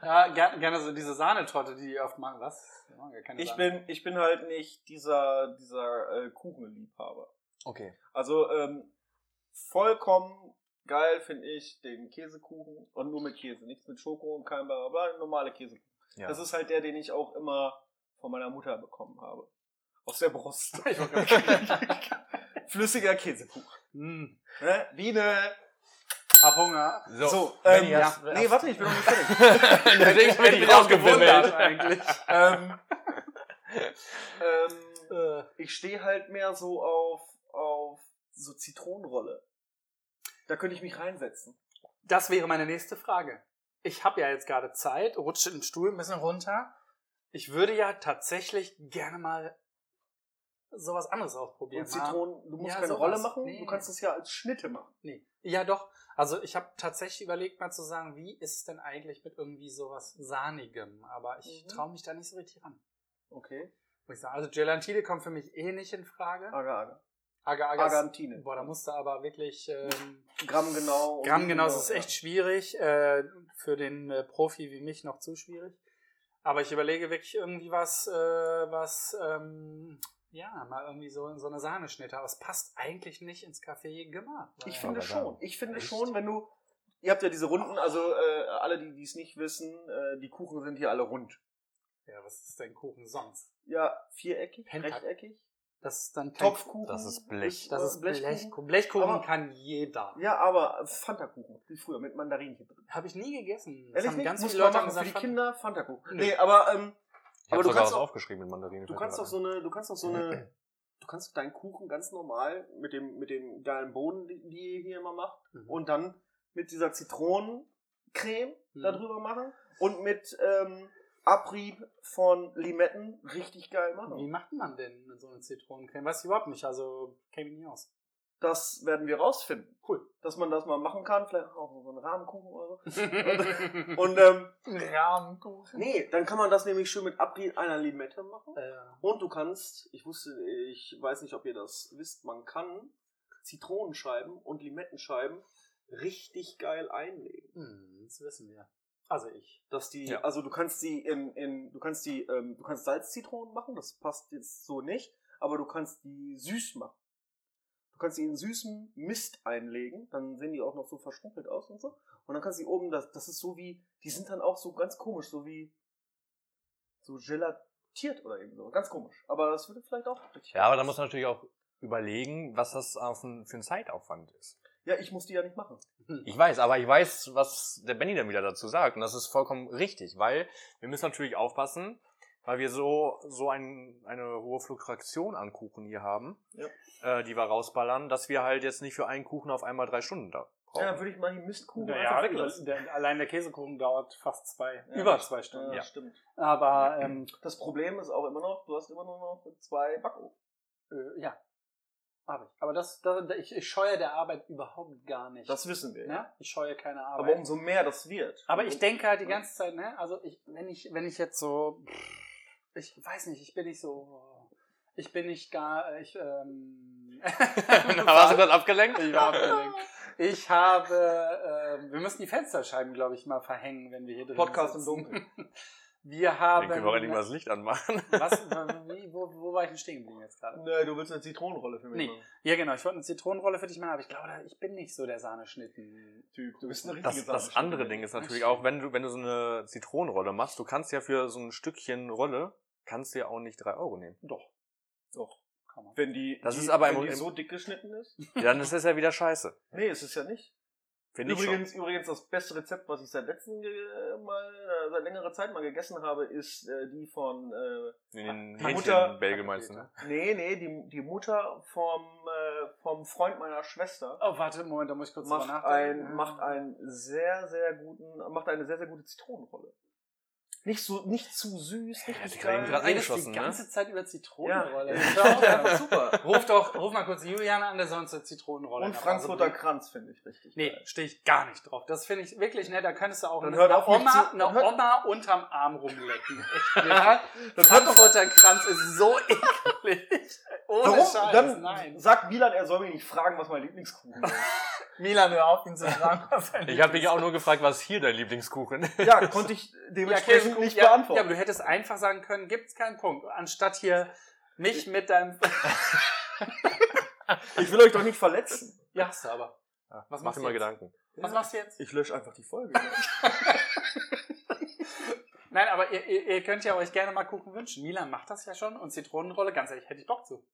Ja, ger gerne so diese Sahnetorte, die die oft machen. Was? Die machen gar keine Ich Sahne. bin, ich bin halt nicht dieser, dieser äh, Kuchenliebhaber. okay. Also ähm, vollkommen geil finde ich den Käsekuchen und nur mit Käse, nichts mit Schoko und kein bla bla, bla normale Käsekuchen. Ja. Das ist halt der, den ich auch immer von meiner Mutter bekommen habe. Aus der Brust. Ich wollte gerade sagen. Flüssiger Käsekuchen. Hm, Ne? Biene. hab Hunger. so, So, wenn ähm, ihr ja. das- Nee, warte, ich bin noch nicht fertig. Deswegen bin ich rausgewimmelt. eigentlich. ähm, ähm, Äh, ich stehe halt mehr so auf, auf so Zitronenrolle. Da könnte ich mich reinsetzen. Das wäre meine nächste Frage. Ich habe ja jetzt gerade Zeit, rutsche den Stuhl ein bisschen runter. Ich würde ja tatsächlich gerne mal sowas anderes ausprobieren. Und Zitronen, du musst Ja, keine sowas. Rolle machen, Nee. du kannst es ja als Schnitte machen. Ah, Nee. Ja, doch. Also ich habe tatsächlich überlegt, mal zu sagen, wie ist es denn eigentlich mit irgendwie sowas Sahnigem? Aber ich Mhm. traue mich da nicht so richtig ran. Okay. Muss ich sagen. Also Gelatine kommt für mich eh nicht in Frage. Agar, agar. Agar Agar. Argentine. Boah, da musst du aber wirklich ähm, Gramm genau. Gramm genau, das ist echt schwierig. Äh, für den äh, Profi wie mich noch zu schwierig. Aber ich überlege wirklich irgendwie was, äh, was, ähm, ja, mal irgendwie so, so eine Sahneschnitte. Aber es passt eigentlich nicht ins Café gemacht. weil- Ich Agar. finde schon. Ich finde Echt? schon, wenn du. Ihr habt ja diese Runden, also äh, alle, die die es nicht wissen, äh, die Kuchen sind hier alle rund. Ja, was ist denn Kuchen sonst? Ja, viereckig, Pentagon. rechteckig, Das ist dann kein Topfkuchen. Das ist Blech. Das ist Blechkuchen. Blechkuchen Aber- kann jeder. Ja, aber Fanta-Kuchen, wie früher, mit Mandarinchen drin. Habe ich nie gegessen. Das Ehrlich haben nicht? ganz Muss viele man Leute machen für gesagt, die fand- Kinder Fanta-Kuchen. Nö. Nee, aber ähm, Ich habe du sogar was kannst auch- aufgeschrieben mit Mandarinen. Du kannst doch so eine, du kannst doch so eine, du kannst doch deinen Kuchen ganz normal mit dem, mit dem geilen Boden, die, die ihr hier immer macht, Mhm. und dann mit dieser Zitronencreme Mhm. da drüber machen und mit ähm, Abrieb von Limetten richtig geil Wie machen. macht man denn so eine Zitronencreme? Weiß ich überhaupt nicht. Also, käme ich nie aus. Das werden wir rausfinden. Cool. Dass man das mal machen kann, vielleicht auch so einen Rahmenkuchen oder so. Und ähm, Rahmenkuchen. nee, dann kann man das nämlich schön mit Abrieb einer Limette machen. Äh, Und du kannst, ich wusste, ich weiß nicht, ob ihr das wisst, man kann Zitronenscheiben und Limettenscheiben richtig geil einlegen. Hm, das wissen wir. Also ich. Dass die, Ja. also du kannst die in, in du kannst die, ähm, du kannst Salzzitronen machen, das passt jetzt so nicht, aber du kannst die süß machen. Du kannst die in süßen Mist einlegen, dann sehen die auch noch so verschrumpelt aus und so. Und dann kannst du die oben, das, das ist so wie, die sind dann auch so ganz komisch, so wie so gelatiert oder eben so. Ganz komisch. Aber das würde vielleicht auch richtig Ja, aber da muss man natürlich auch überlegen, was das auf ein, für ein Zeitaufwand ist. Ja, ich muss die ja nicht machen. Ich weiß, aber ich weiß, was der Benny dann wieder dazu sagt. Und das ist vollkommen richtig, weil wir müssen natürlich aufpassen, weil wir so, so ein, eine hohe Fluktuation an Kuchen hier haben, äh, die wir rausballern, dass wir halt jetzt nicht für einen Kuchen auf einmal drei Stunden da brauchen. Ja, dann würde ich mal die Mistkuchen Naja, einfach über, weglassen. der, allein der Käsekuchen dauert fast zwei, Ja. über zwei Stunden. Ja, Ja. stimmt. Aber ähm, Das Problem ist auch immer noch, du hast immer nur noch zwei Backofen. äh, ja, habe ich. Aber das, da, da- ich, ich scheue der Arbeit überhaupt gar nicht. Das wissen wir. ne? Ich scheue keine Aber, Arbeit. umso mehr das wird. Aber ich denke halt die Ja. ganze Zeit, ne? Also ich, wenn ich, wenn ich jetzt so ich weiß nicht, ich bin nicht so. Ich bin nicht gar. Ich, ähm, Na, warst du gerade abgelenkt? ich war abgelenkt. Ich habe. ähm, wir müssen die Fensterscheiben, glaube ich, mal verhängen, wenn wir hier drin Podcast im sitzen. Dunkeln. Wir Dann haben. können wir auch endlich mal das Licht anmachen. was, wie, wo, wo war ich denn stehen geblieben jetzt gerade? Nö, du willst eine Zitronenrolle für mich Nee. machen. Ja, genau. Ich wollte eine Zitronenrolle für dich machen, aber ich glaube, ich bin nicht so der Sahneschnitten. Typ, du bist eine richtige Das, das Sahneschnecke. andere Ding ist natürlich auch, wenn du, wenn du so eine Zitronenrolle machst, du kannst ja für so ein Stückchen Rolle, kannst du ja auch nicht drei Euro nehmen. Doch. Doch. Kann man. Wenn die, Das die, ist aber wenn im- die im- so dick geschnitten ist? Ja, dann ist das ja wieder scheiße. Nee, es ist ja nicht. Finde ich schon. Übrigens, übrigens, das beste Rezept, was ich seit letzten äh, mal, äh, seit längerer Zeit mal gegessen habe, ist äh, die von, äh, In den Die Mutter- Hähnchenbälge meinst du, ne? nee, nee, die, die Mutter vom, äh, vom Freund meiner Schwester Oh, warte, Moment, da muss ich kurz drüber macht, nachdenken. Ah. ein, macht einen sehr, sehr guten, macht eine sehr, sehr gute Zitronenrolle. Nicht so, nicht zu süß, Ja, nicht zu die hat ihn geil. grad Du redest die eingeschossen, ne? ganze Zeit über Ja, Zitronenrolle. ich glaub, einfach super. Ruf doch, ruf mal kurz Julian an, der soll uns eine Zitronenrolle Also Und nach Frankfurter Hause bringen. Kranz finde ich richtig Nee, geil. stehe ich gar nicht drauf. Das finde ich wirklich nett. Da könntest du auch Dann eine hört auf, mich Oma, zu- eine hört- Oma unterm Arm rumlecken. Echt wirklich. Frankfurter Kranz ist so eklig. Ohne Warum? Scheiß, Dann nein. sagt Milan, er soll mich nicht fragen, was mein Lieblingskuchen ist. Milan, hör auf, ihn zu fragen, was er ne? Ich habe dich auch nur gefragt, was hier dein Lieblingskuchen ist. Ja, konnte ich dementsprechend Käsekuchen, nicht ja, Ja, beantworten. aber du hättest einfach sagen können, gibt's keinen Punkt. Anstatt hier mich mit deinem... ich will euch doch nicht verletzen. ja, hast du aber. Was Mach machst dir du mal jetzt? Gedanken. Was machst du jetzt? Ich lösche einfach die Folge. Nein, aber ihr, ihr, ihr könnt ja euch gerne mal Kuchen wünschen. Milan macht das ja schon und Zitronenrolle, ganz ehrlich, hätte ich Bock zu.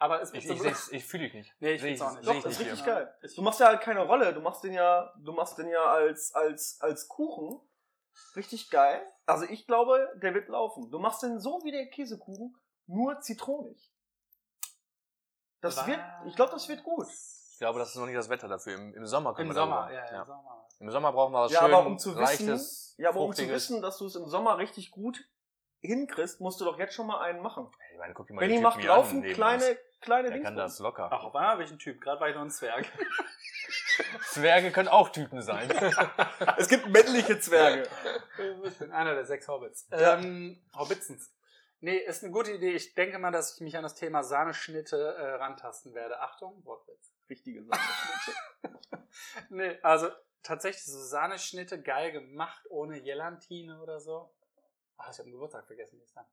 Aber es Ich, so- ich, seh's- ich fühle dich nicht. Nee, ich Seh find's auch nicht. seh Doch, das ist hier. ne? richtig geil. Du machst ja halt keine Rolle, du machst den ja, du machst den ja als, als, als Kuchen. Richtig geil. Also ich glaube, der wird laufen. Du machst den so wie der Käsekuchen, nur zitronig. Das Was? wird, ich glaube, das wird gut. Ich glaube, das ist noch nicht das Wetter dafür. Im, im Sommer können Im wir Sommer, darüber. ja, im Sommer. Im Sommer brauchen wir was Ja, schön aber um zu wissen- leichtes, Ja, aber um zu fruchtiges. wissen, dass du es im Sommer richtig gut hinkriegst, musst du doch jetzt schon mal einen machen. Ich meine, guck dir mal Benny den macht Typen hier an, laufend neben kleine, uns. kleine Der kann Dingsbums. das locker. Ach, auf einmal bin ich ein Typ, gerade war ich noch ein Zwerg. Zwerge können auch Typen sein. Es gibt männliche Zwerge. ich bin einer der sechs Hobbits. Ja. Ähm, Hobbitzens. Nee, ist eine gute Idee. Ich denke mal, dass ich mich an das Thema Sahneschnitte äh, rantasten werde. Achtung, Wortwitz. Richtige Sache. Nee, also tatsächlich so Sahneschnitte geil gemacht, ohne Jelantine oder so. Ah, ich habe den Geburtstag vergessen gestern.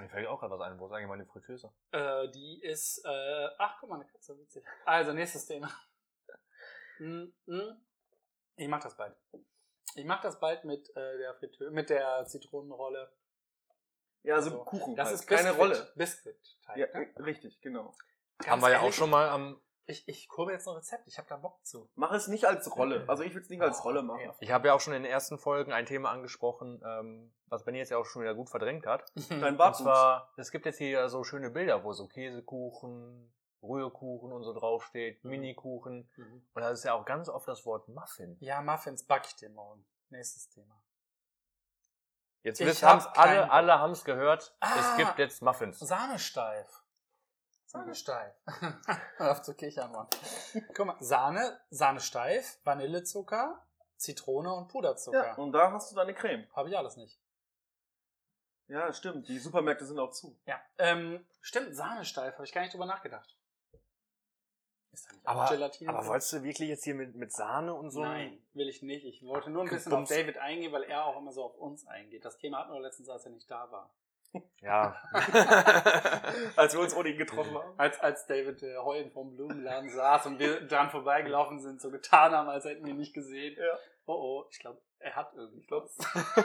Mir fällt auch gerade was ein. Wo ist eigentlich meine Fritteuse? Äh, die ist, äh, ach, guck mal, eine Katze, witzig. Also, nächstes Thema. Mm, mm. Ich mach das bald. Ich mach das bald mit äh, der Fritteuse, mit der Zitronenrolle. Ja, so Also, Kuchen. Das halt. ist keine Rolle. Biscuit-Teig. Ja, ne? richtig, genau. Ganz äh, Haben wir ja auch ehrlich, schon mal am. Ich, ich kurbe jetzt ein Rezept, ich habe da Bock zu. Mach es nicht als Rolle. Also ich würde es nicht Oh, als Rolle machen. Ich habe ja auch schon in den ersten Folgen ein Thema angesprochen, ähm, was Benny jetzt ja auch schon wieder gut verdrängt hat. Dein Und Bart zwar, es gibt jetzt hier so schöne Bilder, wo so Käsekuchen, Rührkuchen und so draufsteht, Minikuchen. Mhm. Und da ist ja auch ganz oft das Wort Muffin. Ja, Muffins back ich dir morgen. Nächstes Thema. Jetzt Ich wisst hab haben's alle, keinen alle haben's gehört. Ah. es gibt jetzt Muffins. Sahnesteif. Mhm. Sahnesteif. Hör auf zu kichern, Mann. Guck mal, Sahne, Sahnesteif, Vanillezucker, Zitrone und Puderzucker. Ja, und da hast du deine Creme. Habe ich alles nicht. Ja, stimmt. Die Supermärkte sind auch zu. Ja. Ähm, stimmt, Sahnesteif, habe ich gar nicht drüber nachgedacht. Ist da nicht Aber- Gelatine? drin? du wirklich jetzt hier mit, mit Sahne und Nein, will ich nicht. Ich wollte nur ein bisschen Bums. auf David eingehen, weil er auch immer so auf uns eingeht. Das Thema hatten wir letztens, als er nicht da war. Ja. Als wir uns ohne ihn getroffen haben. Als, als David äh, heulend vom Blumenladen saß und wir dran vorbeigelaufen sind, so getan haben, als hätten wir ihn nicht gesehen. Ja. Oh oh, ich glaube, er hat irgendwas.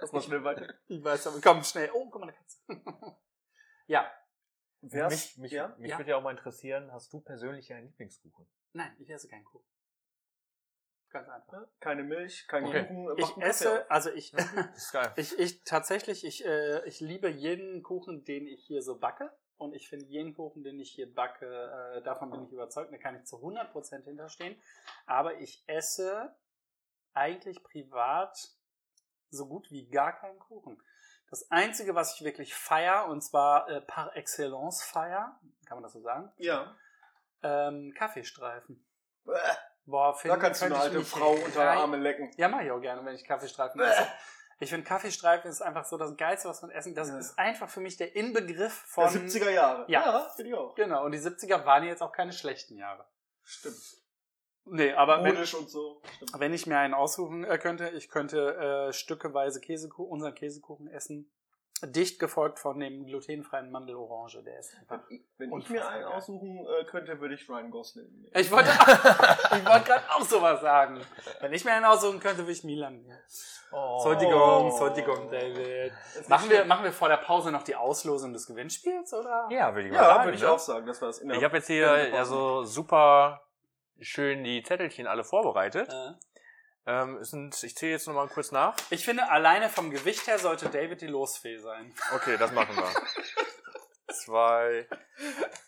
Das war schnell weiter. Ich weiß aber, komm schnell. Oh, guck mal, eine Katze. ja, Wer mich mich, ja? mich Ja. würde ja auch mal interessieren, hast du persönlich einen Lieblingskuchen? nein, ich esse keinen Kuchen. Ganz einfach. Keine Milch, kein Okay. Kuchen. äh, macht Ich einen Kaffee esse, also ich, Das ist geil. ich, ich tatsächlich, ich, äh, ich liebe jeden Kuchen, den ich hier so backe. Und ich finde jeden Kuchen, den ich hier backe, äh, davon bin ich überzeugt, da kann ich zu 100% hinterstehen. Aber ich esse eigentlich privat so gut wie gar keinen Kuchen. Das Einzige, was ich wirklich feier, und zwar äh, par excellence feier, kann man das so sagen? auf. Ja. Ähm, Kaffeestreifen. Bäh, Boah, finde Da kannst du könnte eine ich alte mich Frau unter die rein- Arme lecken. Ja, mache ich auch gerne, wenn ich Kaffeestreifen esse. Ich finde, Kaffeestreifen ist einfach so das Geilste, was man essen kann. Das Ja. ist einfach für mich der Inbegriff von... Der 70er Jahre. Ja. finde ich auch. Genau, und die 70er waren jetzt auch keine schlechten Jahre. Stimmt. Nee, aber wenn, Modisch und so. Stimmt. wenn ich mir einen aussuchen äh, könnte, ich könnte äh, stückeweise Käsekuchen, unseren Käsekuchen essen, dicht gefolgt von dem glutenfreien Mandelorange, der ist einfach... Wenn ich Unfassbar mir einen geil. aussuchen äh, könnte, würde ich Ryan Gosling nehmen. Äh, Ich wollte, ich wollte gerade auch sowas sagen. Wenn ich mir einen aussuchen könnte, würde ich Milan nehmen. Oh. Soldigong, Soldigong, David. Das Machen ist wir, machen wir vor der Pause noch die Auslosung des Gewinnspiels, oder? Ja, würde ich mal Ja, sagen. würde ich ne? auch sagen, das war das Ich habe jetzt hier Ja, wir also super schön die Zettelchen alle vorbereitet. Äh, Ähm, es sind, ich zähle jetzt nochmal kurz nach. Ich finde, alleine vom Gewicht her sollte David die Losfee sein. Okay, das machen wir. Zwei,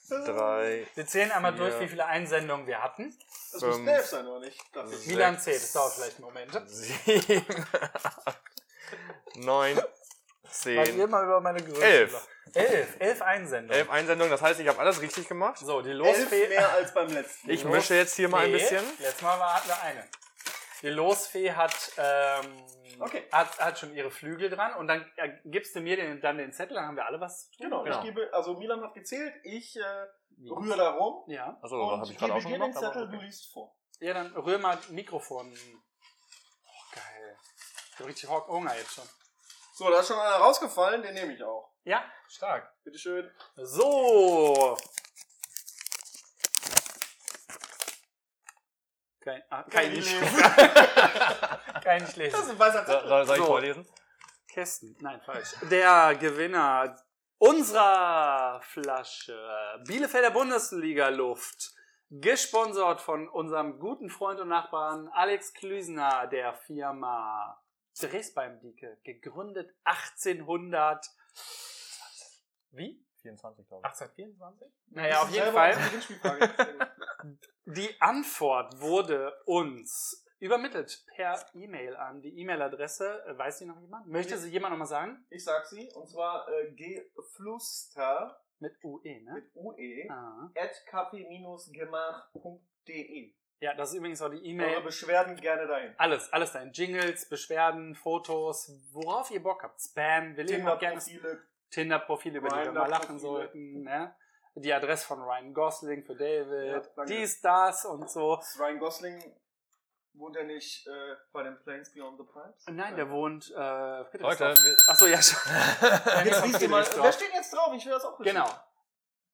drei, Wir zählen einmal Vier. durch, wie viele Einsendungen wir hatten. Das muss fünf. Dave sein, oder nicht? Darf ich? Sechs. Milan zählt, das dauert vielleicht einen Moment. sieben, acht, nein, Warte, geh zehn, mal über meine Größe. elf. Elf, elf Einsendungen. Elf Einsendungen, das heißt, ich habe alles richtig gemacht. So, die Elf Losfee. mehr als beim letzten. Ich mische jetzt hier mal ein Nee, bisschen. Letztes Mal war, hatten wir eine. Die Losfee hat, ähm, Okay. hat, hat schon ihre Flügel dran und dann äh, gibst du mir den, dann den Zettel, dann haben wir alle was zu tun. Genau, Genau. ich gebe, also Milan hat gezählt, ich äh, rühre da rum Ja. Achso, das habe ich gerade gebe auch schon dir den gemacht. Zettel, Aber du okay. liest vor. Ja, dann rühr mal das Mikrofon. Oh, geil. Ich hab richtig Hock- Hunger jetzt schon. So, da ist schon einer rausgefallen, den nehme ich auch. Ja, stark. Bitteschön. So. Kein, ah, kein, Lesen. kein Schlecht. Äh, Das ist ein weißer Soll, Zettel. soll- soll ich So. vorlesen? Kästen. Nein, falsch. Der Gewinner unserer Flasche Bielefelder Bundesliga Luft. Gesponsert von unserem guten Freund und Nachbarn Alex Klüsner der Firma Dresbeimdieke, gegründet 1800. Wie? 24, glaube 1824? Naja, auf jeden Fall. Die Antwort wurde uns übermittelt per E-Mail an die E-Mail-Adresse. äh, Weiß die noch jemand? Möchte sie jemand nochmal sagen? Ich sag sie, und zwar äh, gefluster Mit UE, ne? mit UE Ah. at kaffee-gemach.de. Ja, das ist übrigens auch die Eure E-Mail. Beschwerden gerne dahin. Alles, alles dein. Jingles, Beschwerden, Fotos, worauf ihr Bock habt. Spam, wir leben auch gerne Tinder-Profile. Tinder-Profile, über die wir mal lachen Grinder-Profile. sollten. Ne? Die Adresse von Ryan Gosling für David, Ja, danke. dies, das und so. Ryan Gosling wohnt ja nicht äh, bei den Planes Beyond the Pipes? Nein, der wohnt. Äh, Leute, Friedrichsdorf. Achso, ja, schon. wir- Jetzt Von liest ihr mal. Friedrichsdorf. Da steht jetzt drauf, ich will das auch wissen. Genau.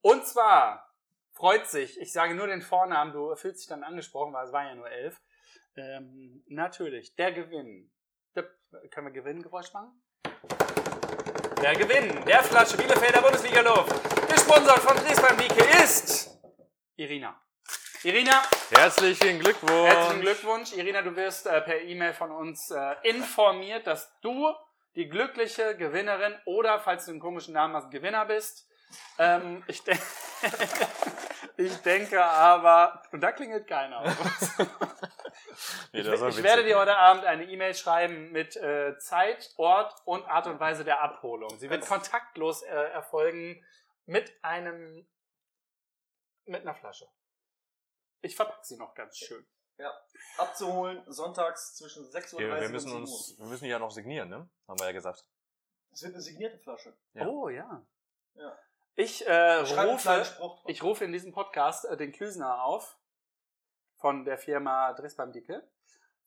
Und zwar freut sich, ich sage nur den Vornamen, du fühlst dich dann angesprochen, weil es waren ja nur elf. Ähm, natürlich, der Gewinn. Der, können wir Gewinngeräusch machen? Der Gewinn der Flasche Bielefelder Bundesliga Luft, gesponsert von Dresden Wieke, ist Irina. Irina, Herzlichen Glückwunsch. Herzlichen Glückwunsch, Irina, du wirst äh, per E-Mail von uns äh, informiert, dass du die glückliche Gewinnerin oder, falls du einen komischen Namen hast, Gewinner bist. Ähm, ich, de ich denke aber, und da klingelt keiner. Nee, ich das war ich witzig. werde dir heute Abend eine E-Mail schreiben mit äh, Zeit, Ort und Art und Weise der Abholung. Sie wird kontaktlos äh, erfolgen mit einem, mit einer Flasche. Ich verpacke sie noch ganz schön. Abzuholen, sonntags zwischen 6.30 Uhr Wir, wir, und müssen 7 uns, Uhr. wir müssen die ja noch signieren, ne? Haben wir ja gesagt. Es wird eine signierte Flasche. Ja. Oh ja. Ja. Ich, äh, Schreib einen kleinen rufe, Spruch drauf. ich rufe in diesem Podcast äh, den Klüsner auf von der Firma Dresbam Dicke.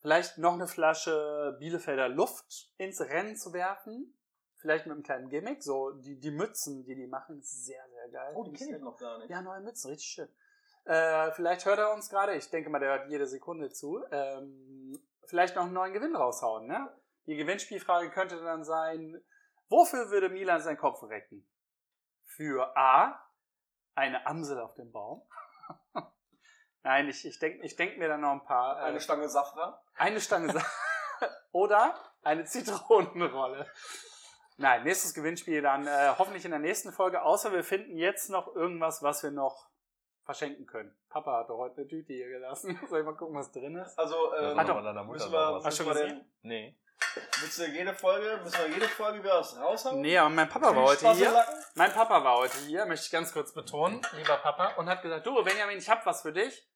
Vielleicht noch eine Flasche Bielefelder Luft ins Rennen zu werfen. Vielleicht mit einem kleinen Gimmick. So die, die Mützen, die die machen, ist sehr, sehr geil. Oh, die kenne ich noch gar nicht. Ja, neue Mützen, richtig schön. Äh, vielleicht hört er uns gerade. Ich denke mal, der hört jede Sekunde zu. Ähm, vielleicht noch einen neuen Gewinn raushauen, ne? Die Gewinnspielfrage könnte dann sein, wofür würde Milan seinen Kopf recken? Für A, eine Amsel auf dem Baum. Nein, ich, ich denke ich denk mir dann noch ein paar. Äh, Eine Stange Safran. eine Stange Sa oder eine Zitronenrolle. Nein, nächstes Gewinnspiel dann äh, hoffentlich in der nächsten Folge, außer wir finden jetzt noch irgendwas, was wir noch verschenken können. Papa hat doch heute eine Tüte hier gelassen. Soll ich mal gucken, was drin ist? Also, ähm, Machen Hat wir doch- mal deiner Mutter müssen noch wir, was. Hast du müssen wir schon denn, Nee. willst du jede Folge, müssen wir jede Folge wieder was raushauen? Nee, aber mein Papa war heute Spasselacken? hier. Mein Papa war heute hier, möchte ich ganz kurz betonen, lieber Papa, und hat gesagt, du Benjamin, ich hab was für dich.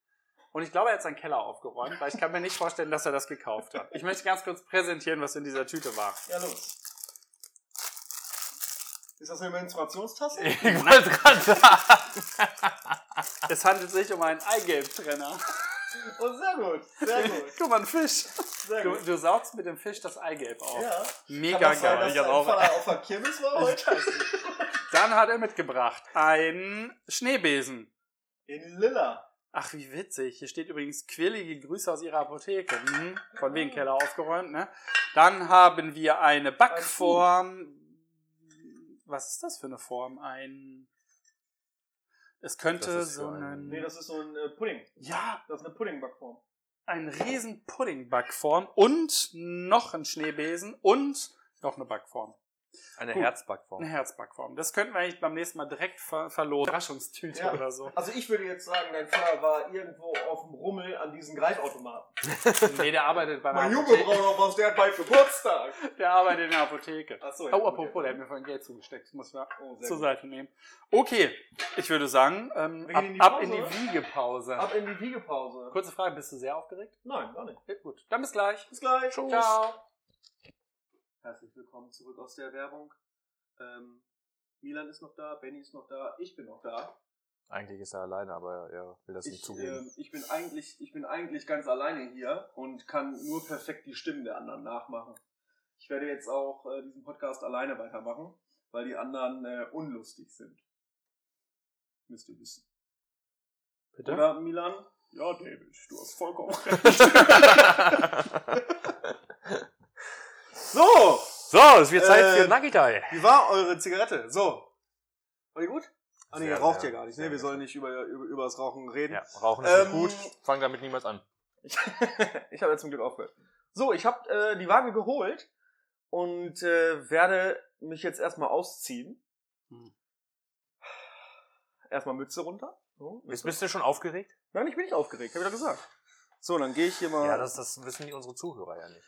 Und ich glaube, er hat seinen Keller aufgeräumt, weil ich kann mir nicht vorstellen, dass er das gekauft hat. Ich möchte ganz kurz präsentieren, was in dieser Tüte war. Ja, los. Ist das eine Menstruationstasse? Ich wollte gerade sagen. Es handelt sich um einen Eigelb-Trenner. Oh, sehr gut. Sehr gut. Guck mal, ein Fisch. Sehr Du, gut. du saugst mit dem Fisch das Eigelb auf. Ja. Mega Kann das sein, geil. dass dein auch- Vater auf der Kirmes war heute? Dann hat er mitgebracht einen Schneebesen. In Lilla. Ach, wie witzig. Hier steht übrigens quirlige Grüße aus ihrer Apotheke. Mhm. Von wegen Keller aufgeräumt, ne? Dann haben wir eine Backform. Was ist das für eine Form? Ein. Es könnte Das ist so für ein- ein. Nee, das ist so ein äh, Pudding. ja, Das ist eine Puddingbackform. ein riesen Puddingbackform und noch ein Schneebesen und noch eine Backform. Eine Gut. Eine Herzbackform. Herzbackform. Das könnten wir eigentlich beim nächsten Mal direkt ver verlosen. Überraschungstüte Ja. oder so. Also ich würde jetzt sagen, dein Vater war irgendwo auf dem Rummel an diesen Greifautomaten. Nee, der arbeitet bei einer Mein Junge Apotheke. braucht noch was, der hat bald Geburtstag. Der arbeitet in der Apotheke. Achso, Oh, apropos, der hat mir vorhin Geld zugesteckt. Das muss ich mal Oh, zur sehr gut. Seite nehmen. Okay, ich würde sagen, ähm, Wir ab, gehen in die ab in die Pause, Wiegepause. Ab in die Wiegepause. Kurze Frage, bist du sehr aufgeregt? Nein, gar nicht. Ja, gut, dann bis gleich. Bis gleich. Ciao. Herzlich willkommen zurück aus der Werbung. Ähm, Milan ist noch da, Benny ist noch da, ich bin noch da. Eigentlich ist er alleine, aber er will das nicht Ich, zugeben. ähm, ich, bin eigentlich, ich bin eigentlich ganz alleine hier und kann nur perfekt die Stimmen der anderen nachmachen. Ich werde jetzt auch äh, diesen Podcast alleine weitermachen, weil die anderen äh, unlustig sind. Müsst ihr wissen. Bitte? Oder Milan? Ja, David, du hast vollkommen recht. So, so, es wird Zeit Äh, Ähm, für Nagitai. Wie war eure Zigarette? So. War die gut? Ah nee, Sehr, ihr raucht sehr, ja gar nicht, sehr ne? Wir gut. sollen nicht über, über, über das Rauchen reden. Ja, rauchen ist nicht Ähm, gut. Fang damit niemals an. Ich, ich habe jetzt zum Glück aufgehört. So, ich habe äh, die Waage geholt und äh, werde mich jetzt erstmal ausziehen. Hm. Erstmal Mütze runter. So, Jetzt bist du schon aufgeregt? Nein, ich bin nicht aufgeregt, habe ich doch gesagt. So, dann gehe ich hier mal. Ja, das, das wissen die unsere Zuhörer ja nicht.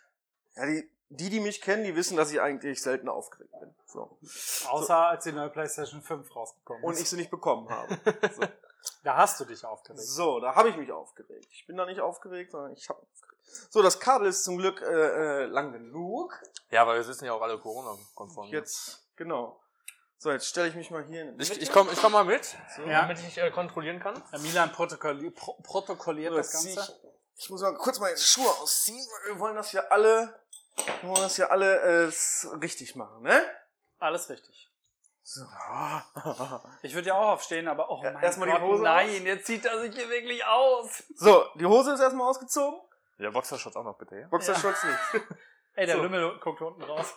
Ja, die, die, die mich kennen, die wissen, dass ich eigentlich selten aufgeregt bin. So. Außer als die neue PlayStation 5 rausgekommen Und ist. ich sie nicht bekommen habe. da hast du dich aufgeregt. So, da habe ich mich aufgeregt. Ich bin da nicht aufgeregt, sondern ich habe mich aufgeregt. So, das Kabel ist zum Glück äh, äh, lang genug. Ja, aber wir sitzen ja auch alle Corona-konform. Jetzt, genau. So, jetzt stelle ich mich mal hier in die Ich, Mitte. ich komme ich komm mal mit, So. Ja. damit ich äh, kontrollieren kann. Der Milan protokolli pro protokolliert So, das jetzt zieh Ganze. ich, ich muss mal kurz meine Schuhe ausziehen, weil wir wollen das ja alle, wir wollen das ja alle äh, s- richtig machen, ne? Alles richtig. So. Ich würde ja auch aufstehen, aber oh Ja, mein erstmal die Gott, Hose nein, jetzt zieht er sich hier wirklich aus. so, die Hose ist erstmal ausgezogen. Ja, Boxershot auch noch bitte, ja? Boxershorts nicht. Ey, der So. Lümmel guckt unten raus.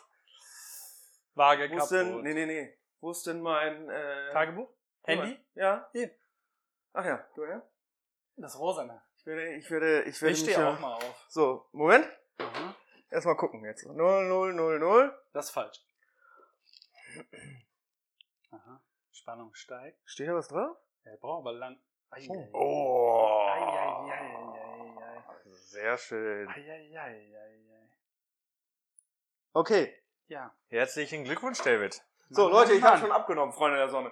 Waage Wo ist kaputt. denn, nee, nee, nee. Wo ist denn mein, äh, Tagebuch? Handy? Ja. Hier. Ach ja, du, ja? Das Rosane. Ich werde, ich werde, ich werde Ich mich stehe ja, auch mal auf. So, Moment. Mhm. Erstmal gucken jetzt. 0, 0, 0, 0. Das ist falsch. Aha. Spannung steigt. Steht da was drauf? Er braucht aber lang. Ei, Oh. ei, ei, ei, Sehr schön. ei, ei, ei, ei, ei, ei, ei. Okay. Ja. Herzlichen Glückwunsch, David. So, Mann, Leute, ich Mann, habe schon Mann. abgenommen, Freunde der Sonne.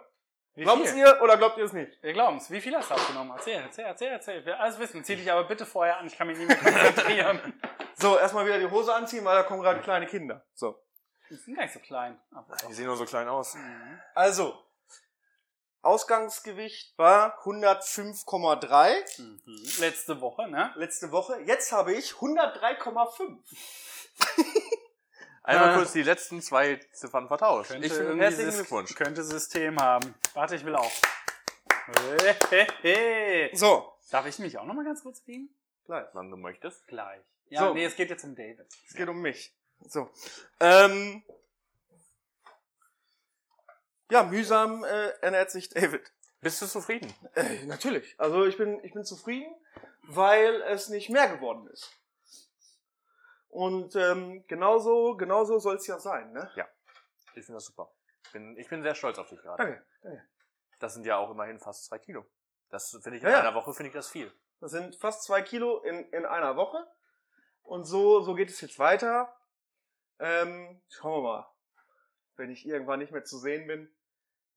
Wie Glaubt viel? ihr oder glaubt ihr es nicht? Wir glauben es. Wie viel hast du abgenommen? Erzähl, erzähl, erzähl, erzähl. Ich will alles wissen. Zieh dich aber bitte vorher an. Ich kann mich nicht mehr konzentrieren. So, erstmal wieder die Hose anziehen, weil da kommen gerade kleine Kinder. So. Die sind gar nicht so klein. Aber Die sehen nur so klein aus. Mhm. Also, Ausgangsgewicht war 105,3 Mhm. Letzte Woche, ne? letzte Woche. Jetzt habe ich 103,5. Einmal Äh. kurz die letzten zwei Ziffern vertauscht. Könnte Ich finde, irgendwie herzlichen Sys- Glückwunsch. Könnte System haben. Warte, ich will auch. Hehehe. So. Darf ich mich auch nochmal ganz kurz wiegen? Gleich. Wann du möchtest. Gleich. Ja, So. nee, es geht jetzt um David. Es geht um mich. So. Ähm, ja, mühsam äh, ernährt sich David. Bist du zufrieden? Äh, natürlich. Also ich bin, ich bin zufrieden, weil es nicht mehr geworden ist. Und ähm, genauso, genauso soll es ja sein, ne? Ich finde das super. Bin, ich bin sehr stolz auf dich gerade. Danke. Das sind ja auch immerhin fast zwei Kilo. Das finde ich in Ja, ja. einer Woche finde ich das viel. Das sind fast zwei Kilo in, in einer Woche. Und so, so geht es jetzt weiter. Ähm, schauen wir mal. Wenn ich irgendwann nicht mehr zu sehen bin,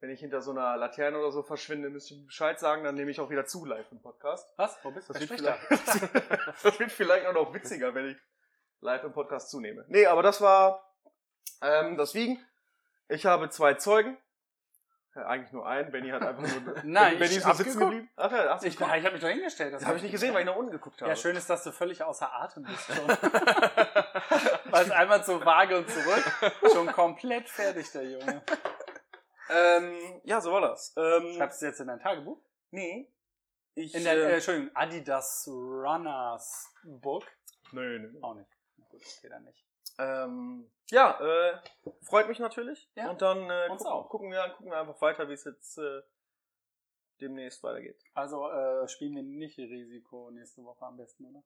Wenn ich hinter so einer Laterne oder so verschwinde, müsst ihr Bescheid sagen, dann nehme ich auch wieder zu live im Podcast. Was? Wo bist du? Das Herr wird, Strichter? vielleicht, das wird vielleicht auch noch witziger, wenn ich live im Podcast zunehme. Nee, aber das war ähm, das Wiegen. Ich habe zwei Zeugen. Ja, eigentlich nur einen. Benny hat einfach nur. Nein, Benny ich ist nur hab's sitzen geguckt. geblieben. Ach ja, hast du Ich, ich geguckt? habe mich doch hingestellt. das habe ich nicht gesehen, weil ich nach unten geguckt habe. Ja, schön ist, dass du völlig außer Atem bist schon. Weil es einmal zur Waage und zurück. Schon komplett fertig, der Junge. Ähm, ja, so war das. Ähm, Schreibst du jetzt in dein Tagebuch? nee. Ich, In dein, äh, äh, Entschuldigung, Adidas Runners Book? nö, nö. Auch nicht. Gut, okay, dann nicht. Ähm, ja, äh, freut mich natürlich. Ja, Und dann äh, uns gucken, auch. gucken wir gucken wir einfach weiter, wie es jetzt äh, demnächst weitergeht. Also äh, spielen wir nicht Risiko nächste Woche am besten, oder?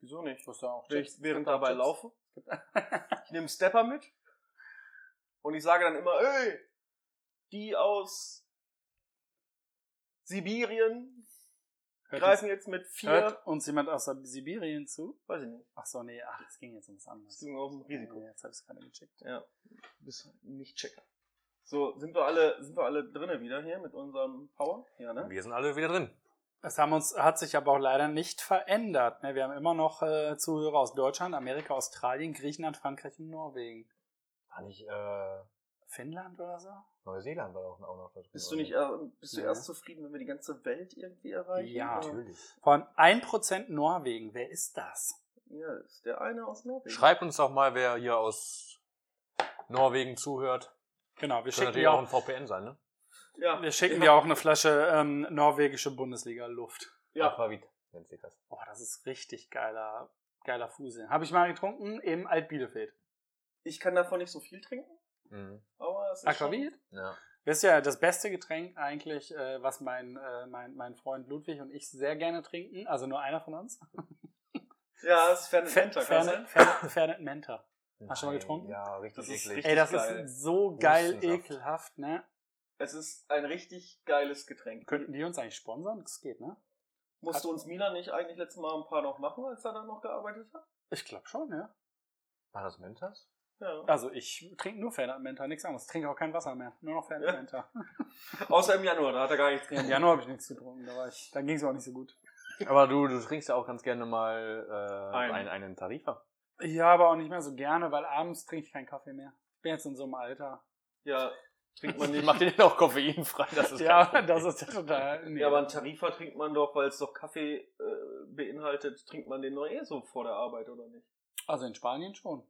Wieso nicht? Du hast ja auch Will Tipps. ich während dabei Tipps. laufe. Ich nehme Stepper mit und ich sage dann immer, ey, die aus Sibirien Hört uns, greifen jetzt mit vier, hört uns jemand aus Sibirien zu? weiß ich nicht, Ach so, nee, ach, es ging jetzt um ums andere. das ging auf ein Risiko. Jetzt habe ich es gerade gecheckt. Ja, bist nicht checker. So, sind wir alle, sind wir alle drinne wieder hier mit unserem Power? Ja, ne? Wir sind alle wieder drin. Es haben uns, hat sich aber auch leider nicht verändert. Ne? Wir haben immer noch äh, Zuhörer aus Deutschland, Amerika, Australien, Griechenland, Frankreich und Norwegen. War nicht, äh, Finnland oder so? Neuseeland war doch auch noch da drin, Bist du oder nicht äh, bist du Ja. erst zufrieden, wenn wir die ganze Welt irgendwie erreichen? Ja. Oder- Natürlich. Von 1% Norwegen. Wer ist das? Ja, ist der eine aus Norwegen. Schreibt uns doch mal, wer hier aus Norwegen zuhört. Genau, wir Könnte schicken, natürlich dir auch auch, ein VPN sein, ne? Ja. wir schicken dir auch eine Flasche ähm, norwegische Bundesliga-Luft. Ja. Aquavit nennt sich das. Boah, das ist richtig geiler, geiler Fusel. Habe ich mal getrunken im Altbielefeld. Ich kann davon nicht so viel trinken, Mhm. aber es ist Aquavit? Ja. Das ist ja das beste Getränk eigentlich, äh, was mein, äh, mein, mein Freund Ludwig und ich sehr gerne trinken. Also nur einer von uns. Schon, ja, es ist Fernet Fer- Fanta, kann Fernet sein? Fernet- Fernet Menta. Hast du schon mal Nein, getrunken? Ja, richtig Das ist eklig. richtig- Ey, das geil. ist so geil Hustensaft. ekelhaft, ne? Es ist ein richtig geiles Getränk. Könnten die uns eigentlich sponsern? Das geht, ne? Musste uns Milan nicht eigentlich letztes Mal ein paar noch machen, als er dann noch gearbeitet hat? Ich glaube schon, ja. War das Mentas? Ja. Also ich trinke nur Fernet Menta, nichts anderes. Trinke auch kein Wasser mehr, nur noch Fernet Ja. Menta. Außer im Januar, da hat er gar nichts Genau. Ja, Im Januar habe ich nichts getrunken, da war ich, da ging es auch nicht so gut. Aber du, du trinkst ja auch ganz gerne mal äh, Einen. einen, einen Tarifer. Ja, aber auch nicht mehr so gerne, weil abends trinke ich keinen Kaffee mehr. Bin jetzt in so einem Alter. Ja, trinkt man Ich nicht. mach den auch koffeinfrei. Das ist Ja, kein Problem. das ist ja total. nee. Ja, aber einen Tarifa trinkt man doch, weil es doch Kaffee äh, beinhaltet, trinkt man den doch eh so vor der Arbeit, oder nicht? also in Spanien schon.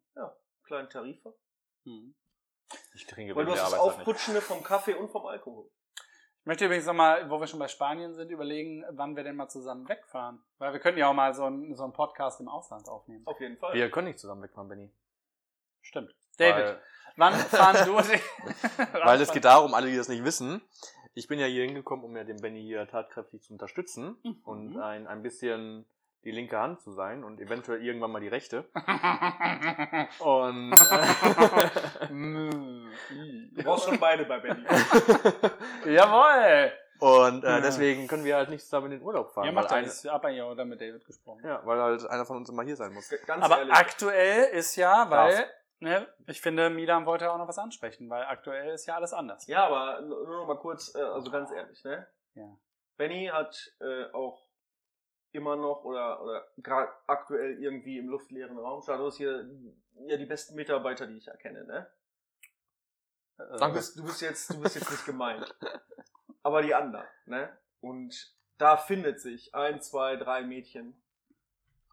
Kleinen Tarifa? Hm. Ich trinke Weil während du hast der Arbeitszeit das halt nicht. Aufputschende vom Kaffee und vom Alkohol. Ich möchte übrigens nochmal, wo wir schon bei Spanien sind, überlegen, wann wir denn mal zusammen wegfahren. Weil wir können ja auch mal so einen, so einen Podcast im Ausland aufnehmen. Auf jeden Fall. Wir können nicht zusammen wegfahren, Benny. Stimmt. David, Weil, wann fahren du denn? weil es geht darum, alle, die das nicht wissen. Ich bin ja hier hingekommen, um ja den Benny hier tatkräftig zu unterstützen Mhm. und ein, ein bisschen die linke Hand zu sein und eventuell irgendwann mal die rechte. Und äh, Hm. Du brauchst schon beide bei Benny. Jawohl! und Ja. äh, deswegen können wir halt nicht zusammen in den Urlaub fahren. Ja, macht weil, ein, alles. Ich habe ja auch da mit David gesprochen. ja, weil halt einer von uns immer hier sein muss. Ganz Aber ehrlich. aktuell ist ja, weil, ne, ich finde, Milan wollte auch noch was ansprechen, weil aktuell ist ja alles anders. Ja, aber nur nur noch mal kurz, äh, also ganz ehrlich, ne? Ja. Benny hat äh, auch immer noch oder, oder gerade aktuell irgendwie im luftleeren Raum Status hier ja die besten Mitarbeiter, die ich erkenne, ne? Äh, Danke. Du bist, du bist jetzt, du bist jetzt nicht gemeint. Aber die anderen, ne? Und da findet sich ein, zwei, drei Mädchen,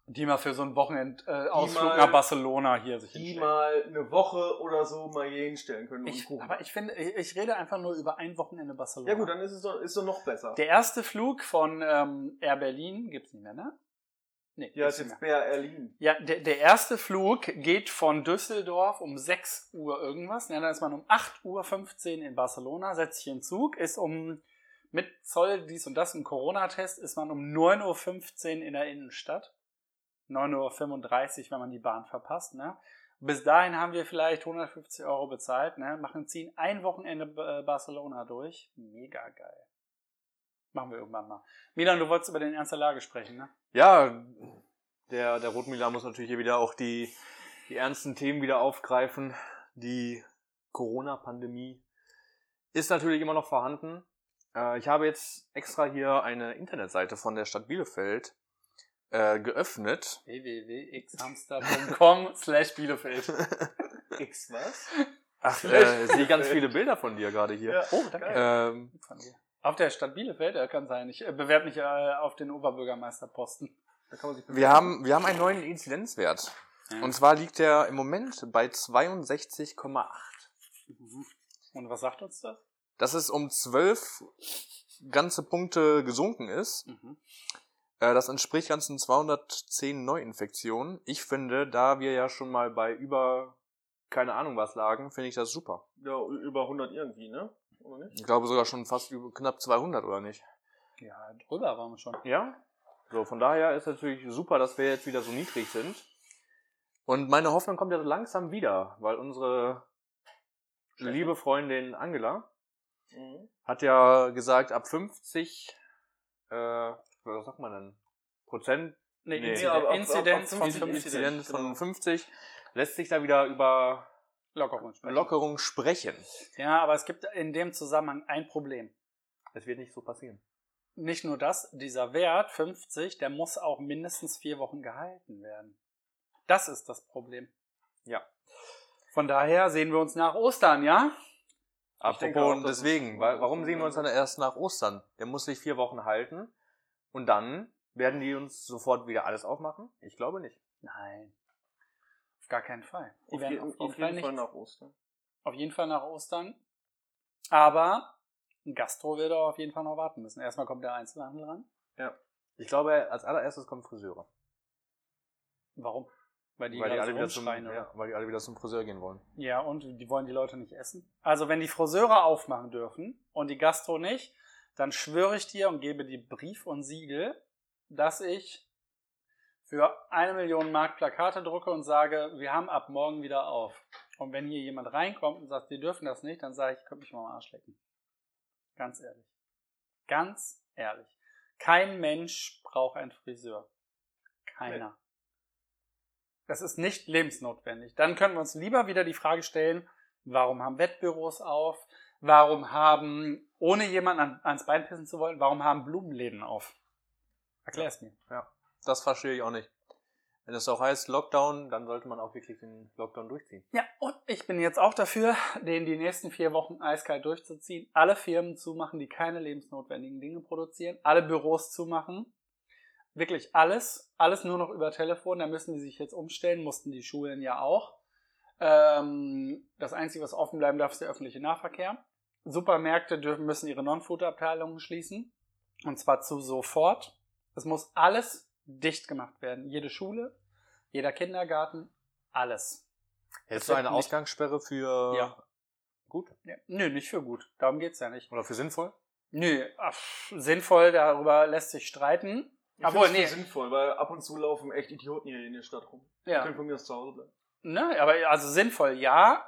Die mal für so einen Wochenendausflug äh, Ausflug mal- nach Barcelona hier sich die hinstellen. mal eine Woche oder so mal hier hinstellen können und Ich, gucken. aber ich finde, ich ich rede einfach nur über ein Wochenende Barcelona. ja gut, dann ist es doch, ist doch noch besser. Der erste Flug von ähm, Air Berlin gibt's nicht mehr, ne? Nee, ja, gibt's ist nicht jetzt Bär Erlin. Ja, der, der erste Flug geht von Düsseldorf um 6 Uhr irgendwas. Ja, dann ist man um 8.15 Uhr in Barcelona, setzt sich in den Zug, ist um mit Zoll dies und das ein Corona-Test, ist man um 9.15 Uhr in der Innenstadt. 9.35 Uhr, wenn man die Bahn verpasst. Ne? Bis dahin haben wir vielleicht 150 Euro bezahlt, ne? machen, ziehen ein Wochenende äh, Barcelona durch. Mega geil. Machen wir irgendwann mal. Milan, du wolltest über den Ernst der Lage sprechen, ne? Ja, der, der Rotmilan muss natürlich hier wieder auch die, die ernsten Themen wieder aufgreifen. Die Corona-Pandemie Ist natürlich immer noch vorhanden. Äh, ich habe jetzt extra hier eine Internetseite von der Stadt Bielefeld äh, geöffnet. www.xhamster.com slash Bielefeld. X was? Ach, äh, ich sehe ganz viele Bilder von dir gerade hier. Ja, oh, Ähm, Von dir. Auf der Stadt Bielefeld, ja, kann sein. Ich äh, bewerbe mich äh, auf den Oberbürgermeisterposten. Da kann man sich wir, haben, wir haben einen neuen Inzidenzwert. Und zwar liegt der im Moment bei 62,8. Mhm. Und was sagt uns das? Dass es um 12 ganze Punkte gesunken ist. Mhm. Äh, Das entspricht ganzen 210 Neuinfektionen. Ich finde, da wir ja schon mal bei über keine Ahnung was lagen, finde ich das super. Ja, ü- über 100 irgendwie, ne? Oder nicht? Ich glaube sogar schon fast über, knapp 200 oder nicht? Ja, drüber waren wir schon. Ja. So, von daher ist natürlich super, dass wir jetzt wieder so niedrig sind. Und meine Hoffnung kommt ja so langsam wieder, weil unsere liebe Freundin Angela Mhm. hat ja gesagt, ab 50, äh, was sagt man denn? Prozent Nee, Nee. Ja, aber ab- ab- ab Inzidenz von 50 50 Inzidenz. Inzidenz genau. von 50 lässt sich da wieder über Lockerung sprechen. Lockerung sprechen. Ja, aber es gibt in dem Zusammenhang ein Problem. Es wird nicht so passieren. Nicht nur das, dieser Wert 50, der muss auch mindestens vier Wochen gehalten werden. Das ist das Problem. Ja. Von daher sehen wir uns nach Ostern, ja? denke auch, Apropos, das deswegen, ist- wa- warum sehen wir uns dann erst nach Ostern? Der muss sich vier Wochen halten und dann werden die uns sofort wieder alles aufmachen? Ich glaube nicht. Nein. Auf gar keinen Fall. Die Auf, werden jeden, auf jeden Fall nach Ostern. auf jeden Fall nach Ostern. Aber ein Gastro wird auch auf jeden Fall noch warten müssen. Erstmal kommt der Einzelhandel ran. Ich glaube, als allererstes kommen Friseure. Warum? Weil die, weil, die gerade alle so wieder zum, rumschreien, oder? ja, weil die alle wieder zum Friseur gehen wollen. Ja, und die wollen die Leute nicht essen. Also wenn die Friseure aufmachen dürfen und die Gastro nicht, dann schwöre ich dir und gebe dir Brief und Siegel, dass ich für eine Million Mark Plakate drucke und sage, wir haben ab morgen wieder auf. Und wenn hier jemand reinkommt und sagt, wir dürfen das nicht, dann sage ich, könnt mich mal am Arsch lecken. Ganz ehrlich. Ganz ehrlich. Kein Mensch braucht einen Friseur. Keiner. Das ist nicht lebensnotwendig. Dann können wir uns lieber wieder die Frage stellen, warum haben Wettbüros auf? Warum haben, ohne jemanden an, ans Bein pissen zu wollen, warum haben Blumenläden auf? Erklär's mir. Das verstehe ich auch nicht. Wenn es auch heißt Lockdown, dann sollte man auch wirklich den Lockdown durchziehen. Ja, und ich bin jetzt auch dafür, den die nächsten vier Wochen eiskalt durchzuziehen, alle Firmen zu machen, die keine lebensnotwendigen Dinge produzieren, alle Büros zu machen. Wirklich alles, alles nur noch über Telefon, da müssen die sich jetzt umstellen, mussten die Schulen ja auch. Ähm, das Einzige, was offen bleiben darf, ist der öffentliche Nahverkehr. Supermärkte dürfen, müssen ihre Non-Food-Abteilungen schließen. Und zwar zu sofort. Es muss alles dicht gemacht werden. Jede Schule, jeder Kindergarten, alles. Hättest du eine nicht- Ausgangssperre für Ja. Äh, gut Ja. Nö, nicht für gut. Darum geht's ja nicht. oder für sinnvoll? Nö, ach, sinnvoll, darüber lässt sich streiten. Ich Obwohl, Obwohl, nee. nee. sinnvoll, weil ab und zu laufen echt Idioten hier in der Stadt rum. Die Ja. können von mir aus zu Hause bleiben. Ne, aber also sinnvoll, ja.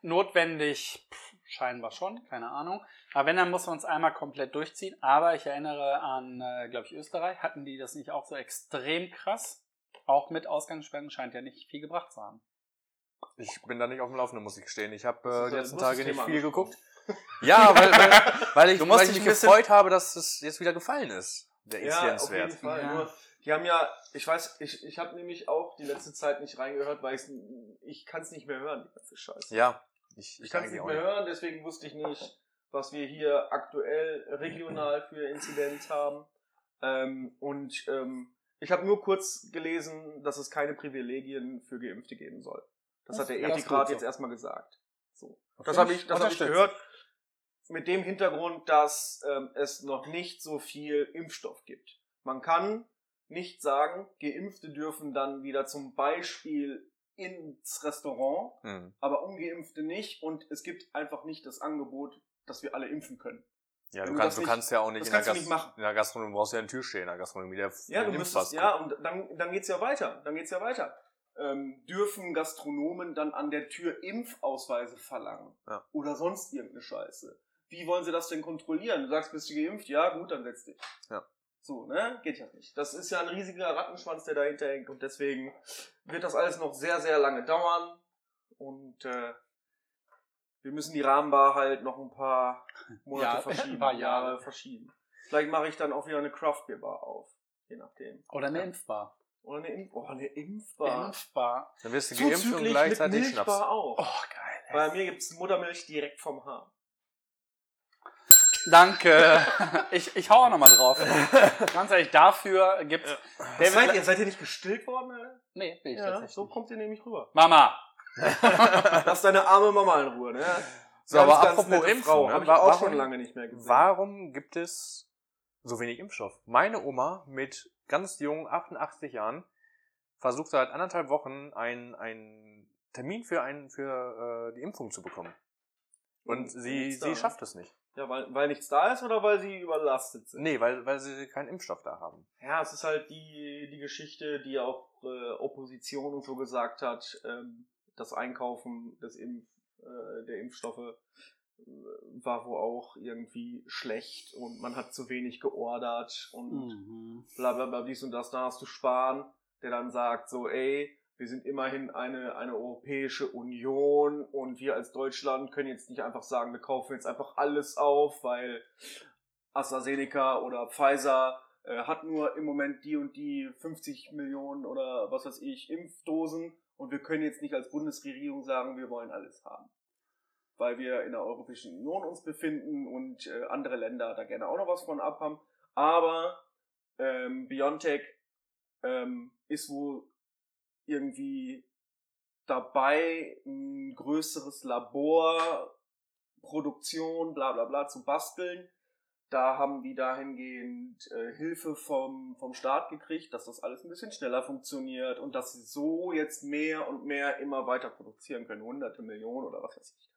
Notwendig, pff, scheinbar schon, keine Ahnung. Aber wenn, dann muss man es einmal komplett durchziehen. Aber ich erinnere an, äh, glaube ich, Österreich, hatten die das nicht auch so extrem krass? Auch mit Ausgangssperren scheint ja nicht viel gebracht zu haben. Ich bin da nicht auf dem Laufenden, muss ich gestehen. Ich habe Das äh, ist die ein letzten großes Tage nicht Thema viel angesprochen. geguckt. Ja, weil, weil, weil ich, Du musst weil ich dich mich ein bisschen- gefreut habe, dass es jetzt wieder gefallen ist, der Ja, auf jeden Inzidenzwert. Fall. Ja. Nur, die haben ja, ich weiß, ich, ich habe nämlich auch die letzte Zeit nicht reingehört, weil ich's, ich kann es nicht mehr hören, die ganze Scheiße. Ja, ich, ich kann es eigentlich nicht auch mehr hören, deswegen wusste ich nicht, was wir hier aktuell regional für Inzidenz haben. Ähm, und ähm, ich habe nur kurz gelesen, dass es keine Privilegien für Geimpfte geben soll. Das, Das- hat der das ist gut Ethikrat so. jetzt erstmal gesagt. So. Okay. Das habe ich, das hab ich Unterstütze. gehört. Mit dem Hintergrund, dass ähm, es noch nicht so viel Impfstoff gibt. Man kann nicht sagen, Geimpfte dürfen dann wieder zum Beispiel ins Restaurant, Hm. aber Ungeimpfte nicht und es gibt einfach nicht das Angebot, dass wir alle impfen können. Ja, du Wenn du das kannst, du nicht- kannst ja auch nicht, das in der, kannst du nicht machen. in der Gastronomie, brauchst du ja einen Türsteher in der Gastronomie, der Ja, du den Impfpass müsstest, ja, und dann, dann geht's ja weiter, dann geht's ja weiter. Ähm, dürfen Gastronomen dann an der Tür Impfausweise verlangen? Ja. Oder sonst irgendeine Scheiße? Wie wollen sie das denn kontrollieren? Du sagst, bist du geimpft? Ja, gut, dann setz dich. Ja. So, ne? Geht ja nicht. Das ist ja ein riesiger Rattenschwanz, der dahinter hängt und deswegen wird das alles noch sehr, sehr lange dauern und äh, Wir müssen die Rahmenbar halt noch ein paar Monate Ja, verschieben. ein paar Jahre. verschieben. Vielleicht mache ich dann auch wieder eine Craftbeer-Bar auf. Je nachdem. Oder eine Ja. Impfbar. Oder eine, Imp oh, eine Impfbar. Impfbar. Dann wirst du geimpft und Zuzüglich mit gleichzeitig Milchbar Schnaps. Oh, auch. geil. Bei mir gibt's Muttermilch direkt vom Haar. Danke. Ich, ich hau auch nochmal drauf. Ganz ehrlich, dafür gibt's. Wer seid ihr? Seid ihr nicht gestillt worden? Alter? Nee, bin ich Ja, tatsächlich. so kommt ihr nämlich rüber. Mama! Lass deine arme Mama in Ruhe, ne? So, aber Ganz, ganz apropos nette Impfen, Frau, ne? habe ich Wa- auch warum- schon lange nicht mehr gesehen. Warum gibt es so wenig Impfstoff? Meine Oma mit ganz jungen 88 Jahren versucht seit anderthalb Wochen einen, einen Termin für, einen, für äh, die Impfung zu bekommen. Und sie, Nichts da, sie ne? schafft es nicht. Ja, weil, weil nichts da ist oder weil sie überlastet sind? Nee, weil, weil sie keinen Impfstoff da haben. Ja, es ist halt die, die Geschichte, die auch äh, Opposition und so gesagt hat, ähm, das Einkaufen des Impf, äh, der Impfstoffe äh, war wohl auch irgendwie schlecht und man hat zu wenig geordert und Hm. bla bla bla dies und das, dann hast du Spahn, der dann sagt so, ey, wir sind immerhin eine, eine Europäische Union und wir als Deutschland können jetzt nicht einfach sagen, wir kaufen jetzt einfach alles auf, weil AstraZeneca oder Pfizer äh, hat nur im Moment die und die 50 Millionen oder was weiß ich, Impfdosen und wir können jetzt nicht als Bundesregierung sagen, wir wollen alles haben. Weil wir in der Europäischen Union uns befinden und äh, andere Länder da gerne auch noch was von abhaben. Aber ähm, Biontech ähm, ist wohl irgendwie dabei, ein größeres Labor, Produktion, bla bla bla zu basteln. Da haben die dahingehend äh, Hilfe vom, vom Staat gekriegt, dass das alles ein bisschen schneller funktioniert und dass sie so jetzt mehr und mehr immer weiter produzieren können. Hunderte Millionen oder was weiß ich.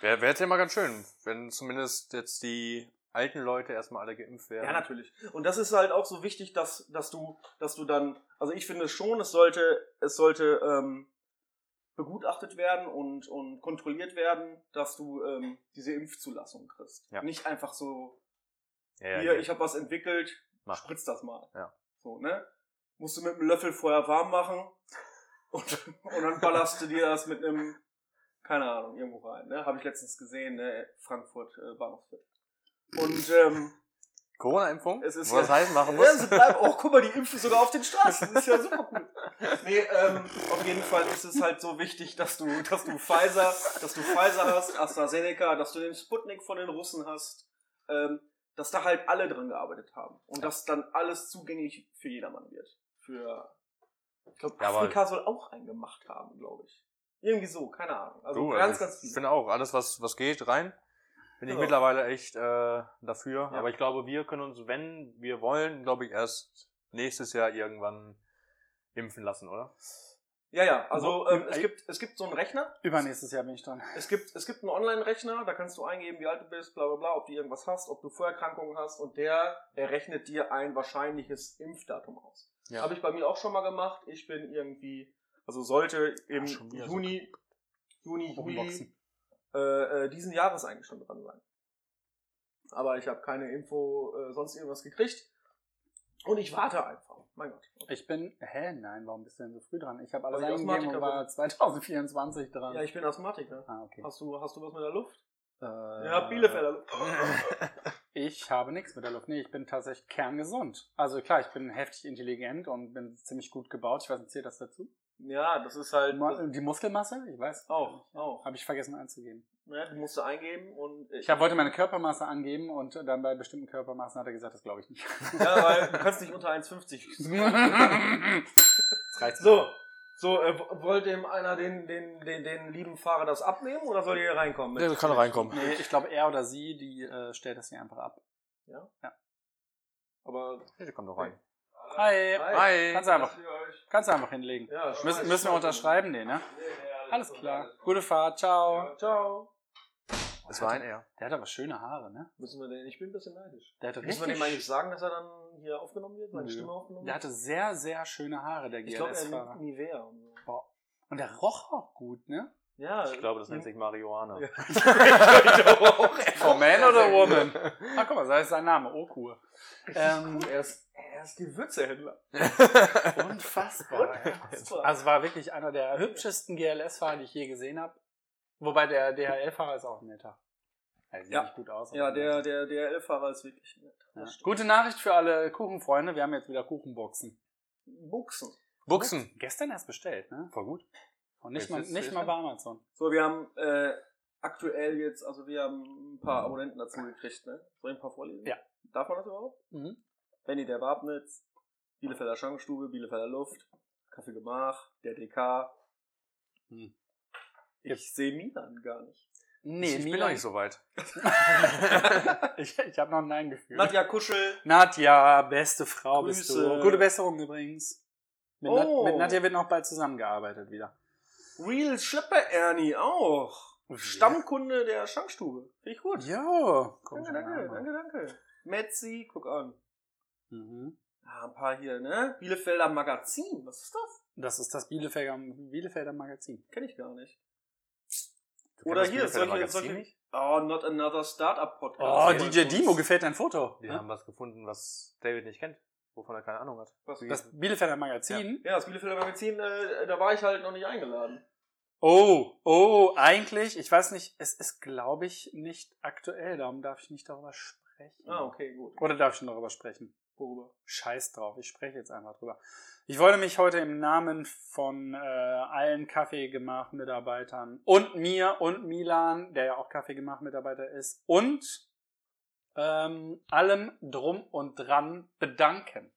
Wäre wär jetzt ja mal ganz schön, wenn zumindest jetzt die alten Leute erstmal alle geimpft werden. Ja, natürlich. Und das ist halt auch so wichtig, dass, dass du, dass du dann, also ich finde schon, es sollte, es sollte ähm, begutachtet werden und, und kontrolliert werden, dass du ähm, diese Impfzulassung kriegst. Ja. Nicht einfach so, Ja, ja, hier, ja. ich habe was entwickelt, Mach. spritz das mal. Ja. So, ne? Musst du mit einem Löffel vorher warm machen und, und dann ballerst du dir das mit einem, keine Ahnung, irgendwo rein. Ne? Habe ich letztens gesehen, ne? Frankfurt äh, Bahnhofsviertel. Und ähm, Corona-Impfung? Es ist Wo das ja- heiß machen ja, muss? sie bleiben, oh, guck mal, die impfen sogar auf den Straßen. Das ist ja super cool. Nee, ähm, auf jeden Fall ist es halt so wichtig, dass du, dass du Pfizer, dass du Pfizer hast, AstraZeneca, dass du den Sputnik von den Russen hast, ähm, dass da halt alle dran gearbeitet haben. Und dass dann alles zugänglich für jedermann wird. Für, ich glaube, Ja, aber- Afrika soll auch einen gemacht haben, glaube ich. Irgendwie so, keine Ahnung. Also du, ganz, also ganz Ich viel. finde auch, alles was, was geht, rein. Bin ich Ja. mittlerweile echt äh, dafür. Ja. Aber ich glaube, wir können uns, wenn wir wollen, glaube ich, erst nächstes Jahr irgendwann impfen lassen, oder? Ja, ja, also Wo- ähm, es, Ei- gibt, es gibt so einen Rechner, Übernächstes Jahr bin ich dran. Es gibt, es gibt einen Online-Rechner, da kannst du eingeben, wie alt du bist, bla bla bla, ob du irgendwas hast, ob du Vorerkrankungen hast und der errechnet dir ein wahrscheinliches Impfdatum aus. Ja. Habe ich bei mir auch schon mal gemacht. Ich bin irgendwie, also sollte im Ah, schon wieder so. Juni, Juni, Juli Rumboxen. äh, äh, diesen Jahres eigentlich schon dran sein. Aber ich habe keine Info, äh, sonst irgendwas gekriegt. Und ich warte einfach. Mein Gott. Ich bin. Hä? Nein, warum bist du denn so früh dran? Ich habe alles Weil ich eingegeben und Asthmatiker war 2024 dran. Ja, ich bin Asthmatiker. ah, okay. Hast du, hast du was mit der Luft? Äh, Ja, Bielefelder Luft. Äh. Ich habe nichts mit der Luft. Nee, ich bin tatsächlich kerngesund. Also klar, ich bin heftig intelligent und bin ziemlich gut gebaut. Ich weiß nicht, zählt das dazu? Ja, das ist halt. Ma- Die Muskelmasse? Ich weiß. Auch, auch. Habe ich vergessen einzugeben. Ja, die musst du eingeben und Ne? äh, Ich hab, wollte meine Körpermaße angeben und dann bei bestimmten Körpermaßen hat er gesagt, das glaube ich nicht. Ja, weil du kannst nicht unter 1,50. das reicht so, so äh, wollte ihm einer den, den, den, den lieben Fahrer das abnehmen oder soll ihr reinkommen? Ja, kann reinkommen. Nee, ich glaube, er oder sie, die äh, stellt das hier einfach ab. Aber Ja, die kommt doch rein. Hi. Hi. Kannst du einfach, kannst du einfach hinlegen. Ja, Müssen, müssen wir unterschreiben, nee, ne? Alles klar. Gute Fahrt, ciao. Ciao. Es war ein R. Der hat aber schöne Haare, ne? Müssen wir den, ich bin ein bisschen neidisch. Der hatte Müssen wir dem eigentlich richtig... sagen, dass er dann hier aufgenommen wird? Seine Nö. Stimme aufgenommen Der wird? hatte sehr, sehr schöne Haare, der Ich glaube, er GLS-Fahrer. nimmt Nivea. und so. Und der roch auch gut, ne? Ja, Ich glaube, das nennt sich Marihuana. Also, hm. Ja. For man oder woman? Ach, Ah, guck mal, das ist sein Name, Okur. Ähm, Er ist, er ist Gewürzehändler. unfassbar. ey. Also war wirklich einer der hübschesten GLS-Fahrer, die ich je gesehen habe. Wobei der DHL-Fahrer ist auch ein netter. Er sieht Ja. nicht gut aus. Ja, aber- der, der, der DRL-Fahrer ist wirklich nett. Ja. Das stimmt. Gute Nachricht für alle Kuchenfreunde, wir haben jetzt wieder Kuchenboxen. Buchsen. Buchsen. Gestern erst bestellt, ne? Voll gut. Und nicht, Jetzt mal, ist- nicht ist mal er- bei Amazon. So, wir haben äh, aktuell jetzt, also wir haben ein paar Abonnenten dazu gekriegt, ne? Soll ich ein paar vorlesen? Ja. Darf man das überhaupt? Mhm. Benny der Babnitz, Bielefelder Schankstube, Bielefelder Luft, Kaffee Gemach, der DK. Hm. Ich sehe Milan gar nicht. Nee, ich, ich bin noch Milan- nicht so weit. ich ich habe noch ein Nein gefühlt. Nadja Kuschel. Nadja, beste Frau bist Grüße. du. Gute Besserung übrigens. Mit, Oh. Nad mit Nadja wird noch bald zusammengearbeitet wieder. Real Schlepper Ernie auch. Stammkunde der Schankstube. Finde ich gut. Jo, komm Danke, schon danke, an. danke, danke. Metzi, guck an. Mhm. Ah, ein paar hier, ne? Bielefelder Magazin. Was ist das? Das ist das Bielefelder, Bielefelder Magazin. Kenn ich gar nicht. Du Oder kennst hier, das Bielefeld solche, Magazin solche. nicht? Oh, not another Startup Oh, Podcast. DJ Dimo, gefällt dein Foto? Wir ne? haben was gefunden, was David nicht kennt, wovon er keine Ahnung hat. Was- Das Bielefelder Magazin. Ja, das Bielefelder Magazin, äh, da war ich halt noch nicht eingeladen. Oh, oh, eigentlich, ich weiß nicht, es ist, glaube ich, nicht aktuell, darum darf ich nicht darüber sprechen. Ah, okay, gut. Oder darf ich schon darüber sprechen? Worüber? Scheiß drauf, ich spreche jetzt einfach drüber. Ich wollte mich heute im Namen von äh, allen Kaffeegemach-Mitarbeitern und mir und Milan, der ja auch Kaffeegemach-Mitarbeiter ist, und ähm, allem drum und dran bedanken.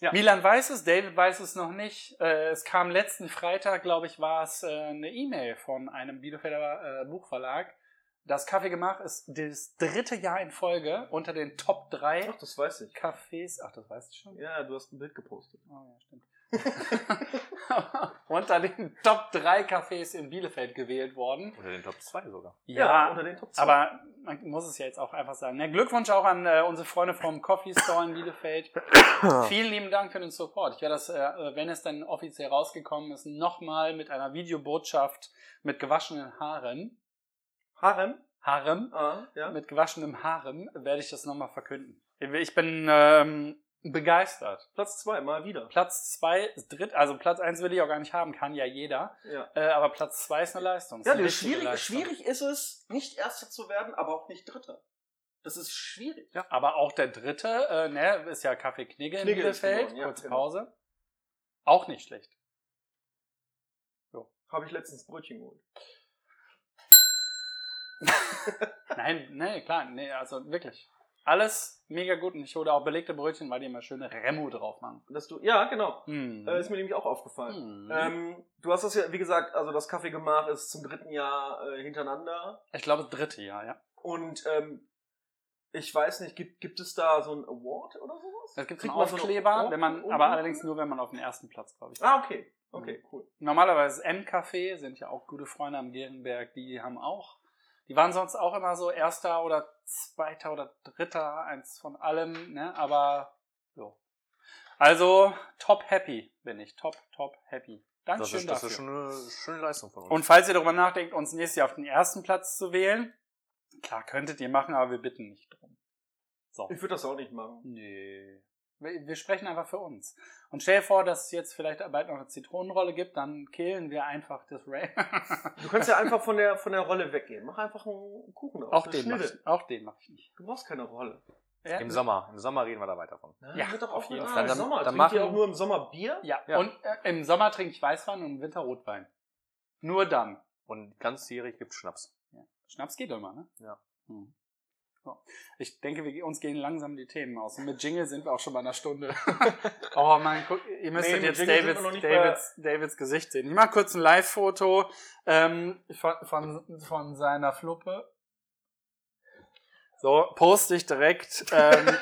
Ja. Milan weiß es, David weiß es noch nicht. Äh, es kam letzten Freitag, glaube ich, war es äh, eine E-Mail von einem Bielefelder äh, Buchverlag. Das Kaffeegemach ist das dritte Jahr in Folge unter den Top 3 Ach, das weiß ich. Cafés, ach, das weißt du schon? Ja, du hast ein Bild gepostet. Oh, ja, stimmt. unter den Top 3 Cafés in Bielefeld gewählt worden. Unter den Top 2 sogar. unter den Top 10. aber man muss es ja jetzt auch einfach sagen. Ne? Glückwunsch auch an äh, unsere Freunde vom Coffee Store in Bielefeld. Vielen lieben Dank für den Support. Ich werde das, äh, wenn es dann offiziell rausgekommen ist, nochmal mit einer Videobotschaft mit gewaschenen Haaren, Harem? Haaren Ah, ja. mit gewaschenem Haaren werde ich das nochmal verkünden. Ich bin ähm, begeistert. Platz zwei mal wieder. Platz 2, dritt, also Platz 1 will ich auch gar nicht haben, kann ja jeder. Ja. Äh, aber Platz 2 ist eine Leistung. Ist Ja, eine das richtige schwierig, Leistung. schwierig ist es, nicht Erster zu werden, aber auch nicht Dritter. Das ist schwierig. Ja. Aber auch der dritte, äh, ne, ist ja Kaffee Knigge in Knigge ist Bielefeld, geworden, ja, kurze genau. Pause. Auch nicht schlecht. Habe ich letztens Brötchen geholt. Nein, nee, klar, nee, also wirklich. Alles mega gut und ich hole auch belegte Brötchen, weil die immer schöne Remo drauf machen. Dass du, ja, genau. Hm. Äh, ist mir nämlich auch aufgefallen. Hm. Ähm, du hast das ja, wie gesagt, also das Kaffeegemach ist zum dritten Jahr äh, hintereinander. ich glaube, das dritte Jahr, ja. Und ähm, ich weiß nicht, gibt, gibt es da so einen Award oder sowas? Es gibt Kriegt einen man so eine Aufkleber, Or- wenn man, Or- aber allerdings Mhm. nur, wenn man auf den ersten Platz, glaube ich. Ah, okay. Okay, cool. Normalerweise M-Café sind ja auch gute Freunde am Gehrenberg, die haben auch. Die waren sonst auch immer so erster oder zweiter oder dritter, eins von allem, ne? Aber so. Also top happy bin ich. Top, top happy. Das Dankeschön ist, das dafür. ist schon eine schöne Leistung von uns. Und falls ihr darüber nachdenkt, uns nächstes Jahr auf den ersten Platz zu wählen, klar, könntet ihr machen, aber wir bitten nicht drum. So. Ich würde das auch nicht machen. Nee. Wir, wir sprechen einfach für uns. Und stell dir vor, dass es jetzt vielleicht bald noch eine Zitronenrolle gibt, dann killen wir einfach das Ray. Du kannst ja einfach von der, von der Rolle weggehen. Mach einfach einen Kuchen auf. auch, eine den mach Schnitte. ich, auch den mach ich nicht. Du brauchst keine Rolle. Ja, Im Sommer. Im Sommer reden wir da weiter von. Na, Ja, wird doch auf auch jeden ah, Fall. Im Dann- Sommer. dann Trinkt machen- ihr auch nur im Sommer Bier? ja. Ja. und äh, im Sommer trinke ich Weißwein und im Winter Rotwein. Nur dann. Und ganzjährig gibt's Schnaps. Schnaps geht immer, ne? Ja. Hm. So. Ich denke, wir, uns gehen langsam die Themen aus. Und mit Jingle sind wir auch schon bei einer Stunde. oh man, guck, ihr Nee, müsstet mit jetzt Jingle sind wir Davids, noch nicht Davids, Davids Gesicht sehen. Ich mach kurz ein Live-Foto ähm, von, von, von seiner Fluppe. So, poste ich direkt. Ähm,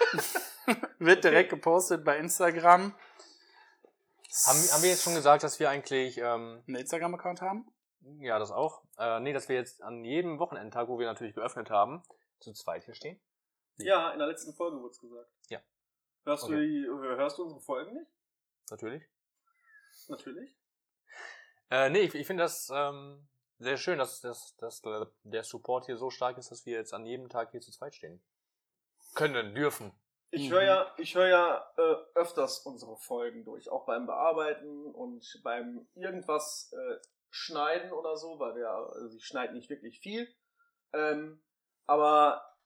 wird direkt gepostet bei Instagram. Haben, haben wir jetzt schon gesagt, dass wir eigentlich, ähm, einen Instagram-Account haben? ja, das auch, äh, nee, dass wir jetzt an jedem Wochenendtag, wo wir natürlich geöffnet haben, zu zweit hier stehen? Ja, in der letzten Folge wurde es gesagt. Ja. Hörst, du Okay. die, hörst du unsere Folgen nicht? Natürlich. Natürlich. Äh, nee, ich, ich finde das ähm, sehr schön, dass, dass, dass der Support hier so stark ist, dass wir jetzt an jedem Tag hier zu zweit stehen. Können, dürfen. Ich Mhm. höre ja, ich höre ja äh, öfters unsere Folgen durch, auch beim Bearbeiten und beim irgendwas äh, schneiden oder so, weil wir, also ich schneide nicht wirklich viel. Ähm, aber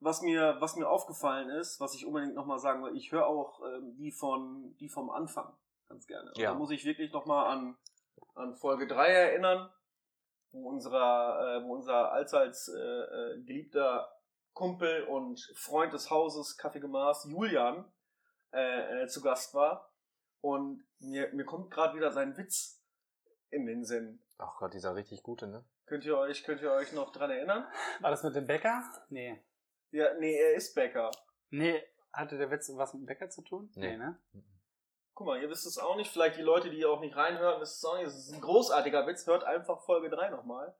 was mir, was mir aufgefallen ist, was ich unbedingt nochmal sagen will, ich höre auch ähm, die, von, die vom Anfang ganz gerne. Und Ja. Da muss ich wirklich nochmal an, an Folge 3 erinnern, wo, unserer, äh, wo unser allseits äh, äh, geliebter Kumpel und Freund des Hauses Kaffee Gemaß, Julian, äh, äh, zu Gast war. Und mir, mir kommt gerade wieder sein Witz in den Sinn. Ach Gott, dieser richtig gute, ne? Könnt ihr euch, könnt ihr euch noch dran erinnern? War das mit dem Bäcker? Nee. Ja, nee, er ist Bäcker. Nee, hatte der Witz was mit dem Bäcker zu tun? Nee. ne? Guck mal, ihr wisst es auch nicht. Vielleicht die Leute, die auch nicht reinhören, wissen es auch nicht. Es ist ein großartiger Witz. Hört einfach Folge 3 nochmal.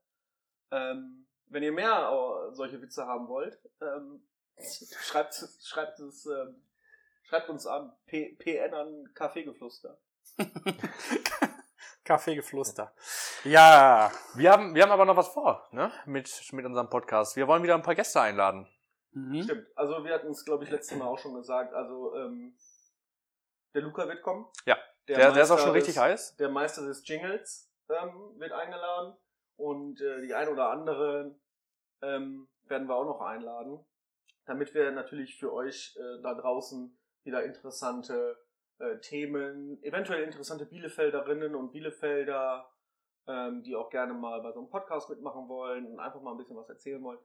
Ähm, wenn ihr mehr äh, solche Witze haben wollt, ähm, schreibt, schreibt, es, ähm, schreibt uns an. P PN an Kaffeegeflüster. Kaffeegefluster. Ja. Wir haben, wir haben aber noch was vor, ne? Mit, mit unserem Podcast. Wir wollen wieder ein paar Gäste einladen. Mhm. Stimmt. Also wir hatten es, glaube ich, letztes Mal auch schon gesagt. Also ähm, der Luca wird kommen. Ja. Der, der ist auch Meister schon richtig des- heiß. Der Meister des Jingles ähm, wird eingeladen und äh, die ein oder andere ähm, werden wir auch noch einladen, damit wir natürlich für euch äh, da draußen wieder interessante äh, Themen, eventuell interessante Bielefelderinnen und Bielefelder, ähm, die auch gerne mal bei so einem Podcast mitmachen wollen und einfach mal ein bisschen was erzählen wollen.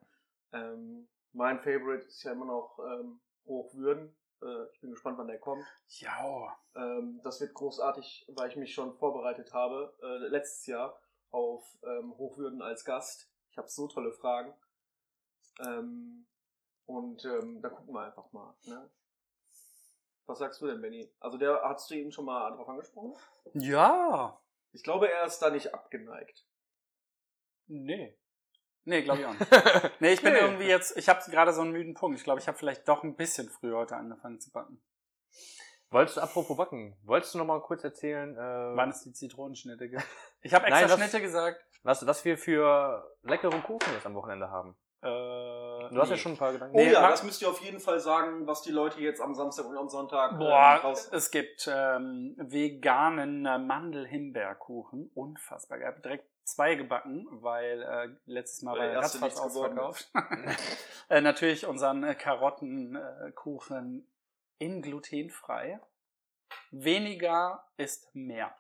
Ähm, mein Favorite ist ja immer noch ähm, Hochwürden. Äh, ich bin gespannt, wann der kommt. Ja. Ähm, das wird großartig, weil ich mich schon vorbereitet habe, äh, letztes Jahr auf ähm, Hochwürden als Gast. Ich habe so tolle Fragen. Ähm, und ähm, da gucken wir einfach mal. Ne? Was sagst du denn, Benny? Also der hast du ihn schon mal drauf angesprochen? Ja. Ich glaube, er ist da nicht abgeneigt. Nee. Nee, glaube ich auch nicht. Nee, ich bin Nee. irgendwie jetzt, ich habe gerade so einen müden Punkt. Ich glaube, ich habe vielleicht doch ein bisschen früher heute angefangen zu backen. Wolltest du, apropos Backen, wolltest du noch mal kurz erzählen, äh, Wann es die Zitronenschnitte gibt. Ich habe Nein, extra das- Schnitte gesagt. was, was wir für leckeren Kuchen jetzt am Wochenende haben? Äh, du Du hast ja schon ein paar Gedanken. Oh Nee, ja, Max- das müsst ihr auf jeden Fall sagen, was die Leute jetzt am Samstag und am Sonntag ähm, Boah, raus- es gibt ähm, veganen äh, Mandelhimbeerkuchen. Unfassbar. Ich habe direkt zwei gebacken, weil äh, letztes Mal Weil bei der erste Ratzfatz nichts geworden ausverkauft. äh, natürlich unseren äh, Karottenkuchen in glutenfrei. Weniger ist mehr.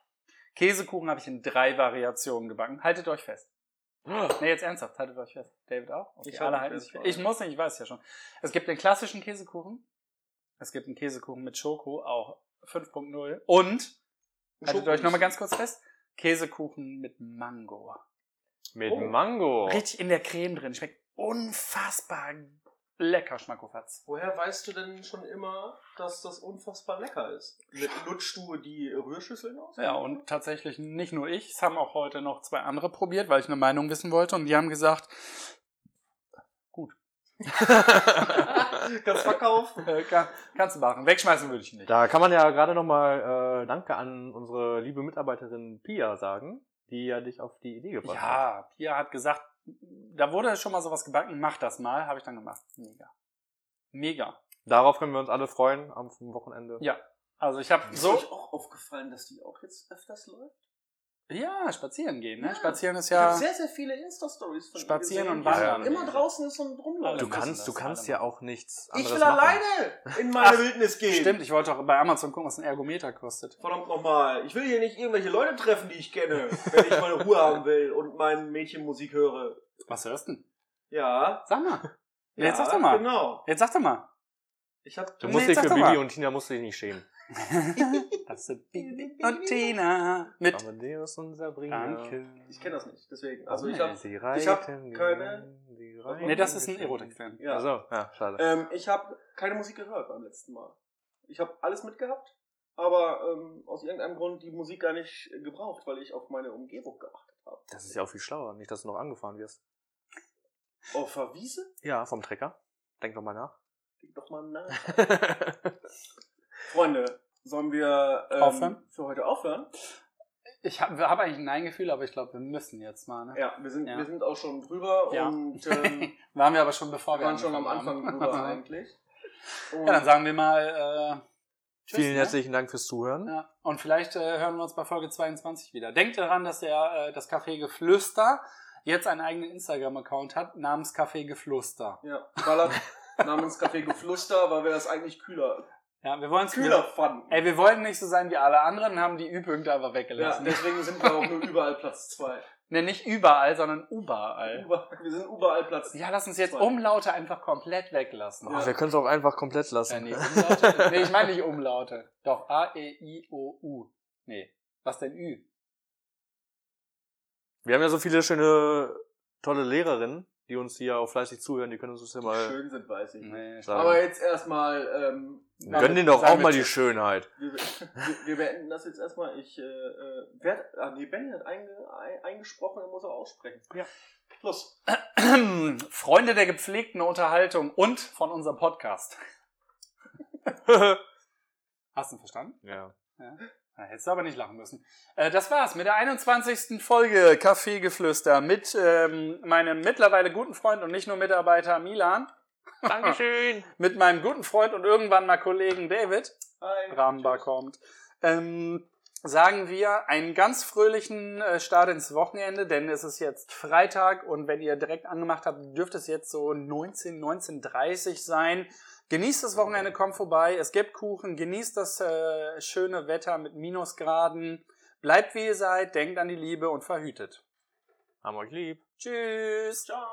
Käsekuchen habe ich in drei Variationen gebacken. Haltet euch fest. Nee, jetzt ernsthaft, haltet euch fest. David auch? Okay, Ich ich, halte alle mich halten fest, sich vor fest. ich allem. muss nicht, ich weiß ja schon. Es gibt den klassischen Käsekuchen. Es gibt einen Käsekuchen mit Schoko, auch 5.0. Und, haltet euch nochmal ganz kurz fest, Käsekuchen mit Mango. Mit Oh. Mango. Richtig in der Creme drin. Schmeckt unfassbar lecker, Schmackofatz. Woher weißt du denn schon immer, dass das unfassbar lecker ist? Mit lutschst du die Rührschüsseln aus? Ja, und tatsächlich nicht nur ich, es haben auch heute noch zwei andere probiert, weil ich eine Meinung wissen wollte. Und die haben gesagt, Kannst verkaufen. äh, kann, kannst du machen. Wegschmeißen würde ich nicht. Da kann man ja gerade nochmal äh, Danke an unsere liebe Mitarbeiterin Pia sagen, die ja dich auf die Idee gebracht hat. Ja, Pia hat gesagt, da wurde schon mal sowas gebacken, mach das mal, habe ich dann gemacht. Mega. Mega. Darauf können wir uns alle freuen am Wochenende. Ja. Also ich habe So. so Ist euch auch aufgefallen, dass die auch jetzt öfters läuft? ja, spazieren gehen, ne? Ja. Spazieren ist Ich habe ja sehr, sehr viele Insta-Stories von ihr Spazieren gesehen, und die wandern. Immer draußen ist und rumläuft. Du Wir müssen kannst, du das kannst alle ja auch nichts ich anderes will machen. alleine in meine Ach, Wildnis gehen. Stimmt, ich wollte auch bei Amazon gucken, was ein Ergometer kostet. Verdammt nochmal. Ich will hier nicht irgendwelche Leute treffen, die ich kenne, wenn ich meine Ruhe haben will und mein Mädchenmusik höre. Was hörst du denn? Ja. Sag mal. ja jetzt sag doch mal. Genau. Jetzt sag doch mal. Ich hab Du Nee, musst jetzt dich für sag doch Bibi mal. und Tina musst du dich nicht schämen. Das sind Bibi und Tina mit Amadeus und Sabrina. Danke. Ich kenne das nicht, deswegen. Also ich Oh, Nee. habe Sie ich hab reiten, die keine- reiten, die reiten. Nee, das ist ein Erotikfilm. ja. Also, ja, schade. Ähm, ich habe keine Musik gehört beim letzten Mal. Ich habe alles mitgehabt, aber ähm, aus irgendeinem Grund die Musik gar nicht äh, gebraucht, weil ich auf meine Umgebung geachtet habe. Das ist ja auch viel schlauer. Nicht, dass du noch angefahren wirst. Auf Verwiese? Ja, vom Trecker. Denk doch mal nach. Denk doch mal nach. Freunde, sollen wir ähm, Aufhören? für heute aufhören? Ich habe hab eigentlich ein Nein-Gefühl, aber ich glaube, wir müssen jetzt mal, ne? Ja, wir sind, Ja. Wir sind auch schon drüber Ja. und ähm, Waren wir aber schon bevor wir wir waren schon am angefangen Anfang haben. drüber eigentlich. Und Ja, dann sagen wir mal Tschüss, Vielen ne? herzlichen Dank fürs Zuhören. Ja, und vielleicht äh, hören wir uns bei Folge 22 wieder. Denkt daran, dass der, äh, das Café Geflüster jetzt einen eigenen Instagram-Account hat, namens Café Geflüster. Ja, Ballert namens Café Geflüster, weil wir das eigentlich kühler, Ja, wir wollen kühler fanden. Ey, wir wollten nicht so sein wie alle anderen und haben die Ü-Punkte einfach ja, weggelassen. deswegen sind wir auch nur überall Platz 2. ne, nicht überall, sondern überall. Wir sind überall Platz 2. Ja, lass uns jetzt Zwei. Umlaute einfach komplett weglassen. Ja. Ach, wir können es auch einfach komplett Äh, lassen. nee, Umlaute, nee, ich meine nicht Umlaute. Doch, A, E, I, O, U. Nee, was denn Ü? Wir haben ja so viele schöne, tolle Lehrerinnen, die uns hier auch fleißig zuhören. Die können uns das ja mal Schön sind, weiß ich. Nee, sagen. Aber jetzt erstmal, ähm, Ja, Gönn denen doch sagen auch wir mal die Tschüss. Schönheit. wir, wir, wir beenden das jetzt erstmal. Ich, äh, äh, werd, ah, nee, Benny hat einge, ein, eingesprochen, er muss auch aussprechen. Ja. Los. Freunde der gepflegten Unterhaltung und von unserem Podcast. Hast du ihn verstanden? ja. Na, hättest du aber nicht lachen müssen. Äh, das war's mit der 21. Folge Kaffeegeflüster mit ähm, meinem mittlerweile guten Freund und nicht nur Mitarbeiter Milan, Dankeschön. mit meinem guten Freund und irgendwann mal Kollegen David. Hi. Ramba kommt. Ähm, sagen wir einen ganz fröhlichen äh, Start ins Wochenende, denn es ist jetzt Freitag und wenn ihr direkt angemacht habt, dürfte es jetzt so 19, 19.30 sein. Genießt das Wochenende, kommt vorbei. Es gibt Kuchen, genießt das äh, schöne Wetter mit Minusgraden. Bleibt wie ihr seid, denkt an die Liebe und verhütet. Haben euch lieb. Tschüss. Ciao.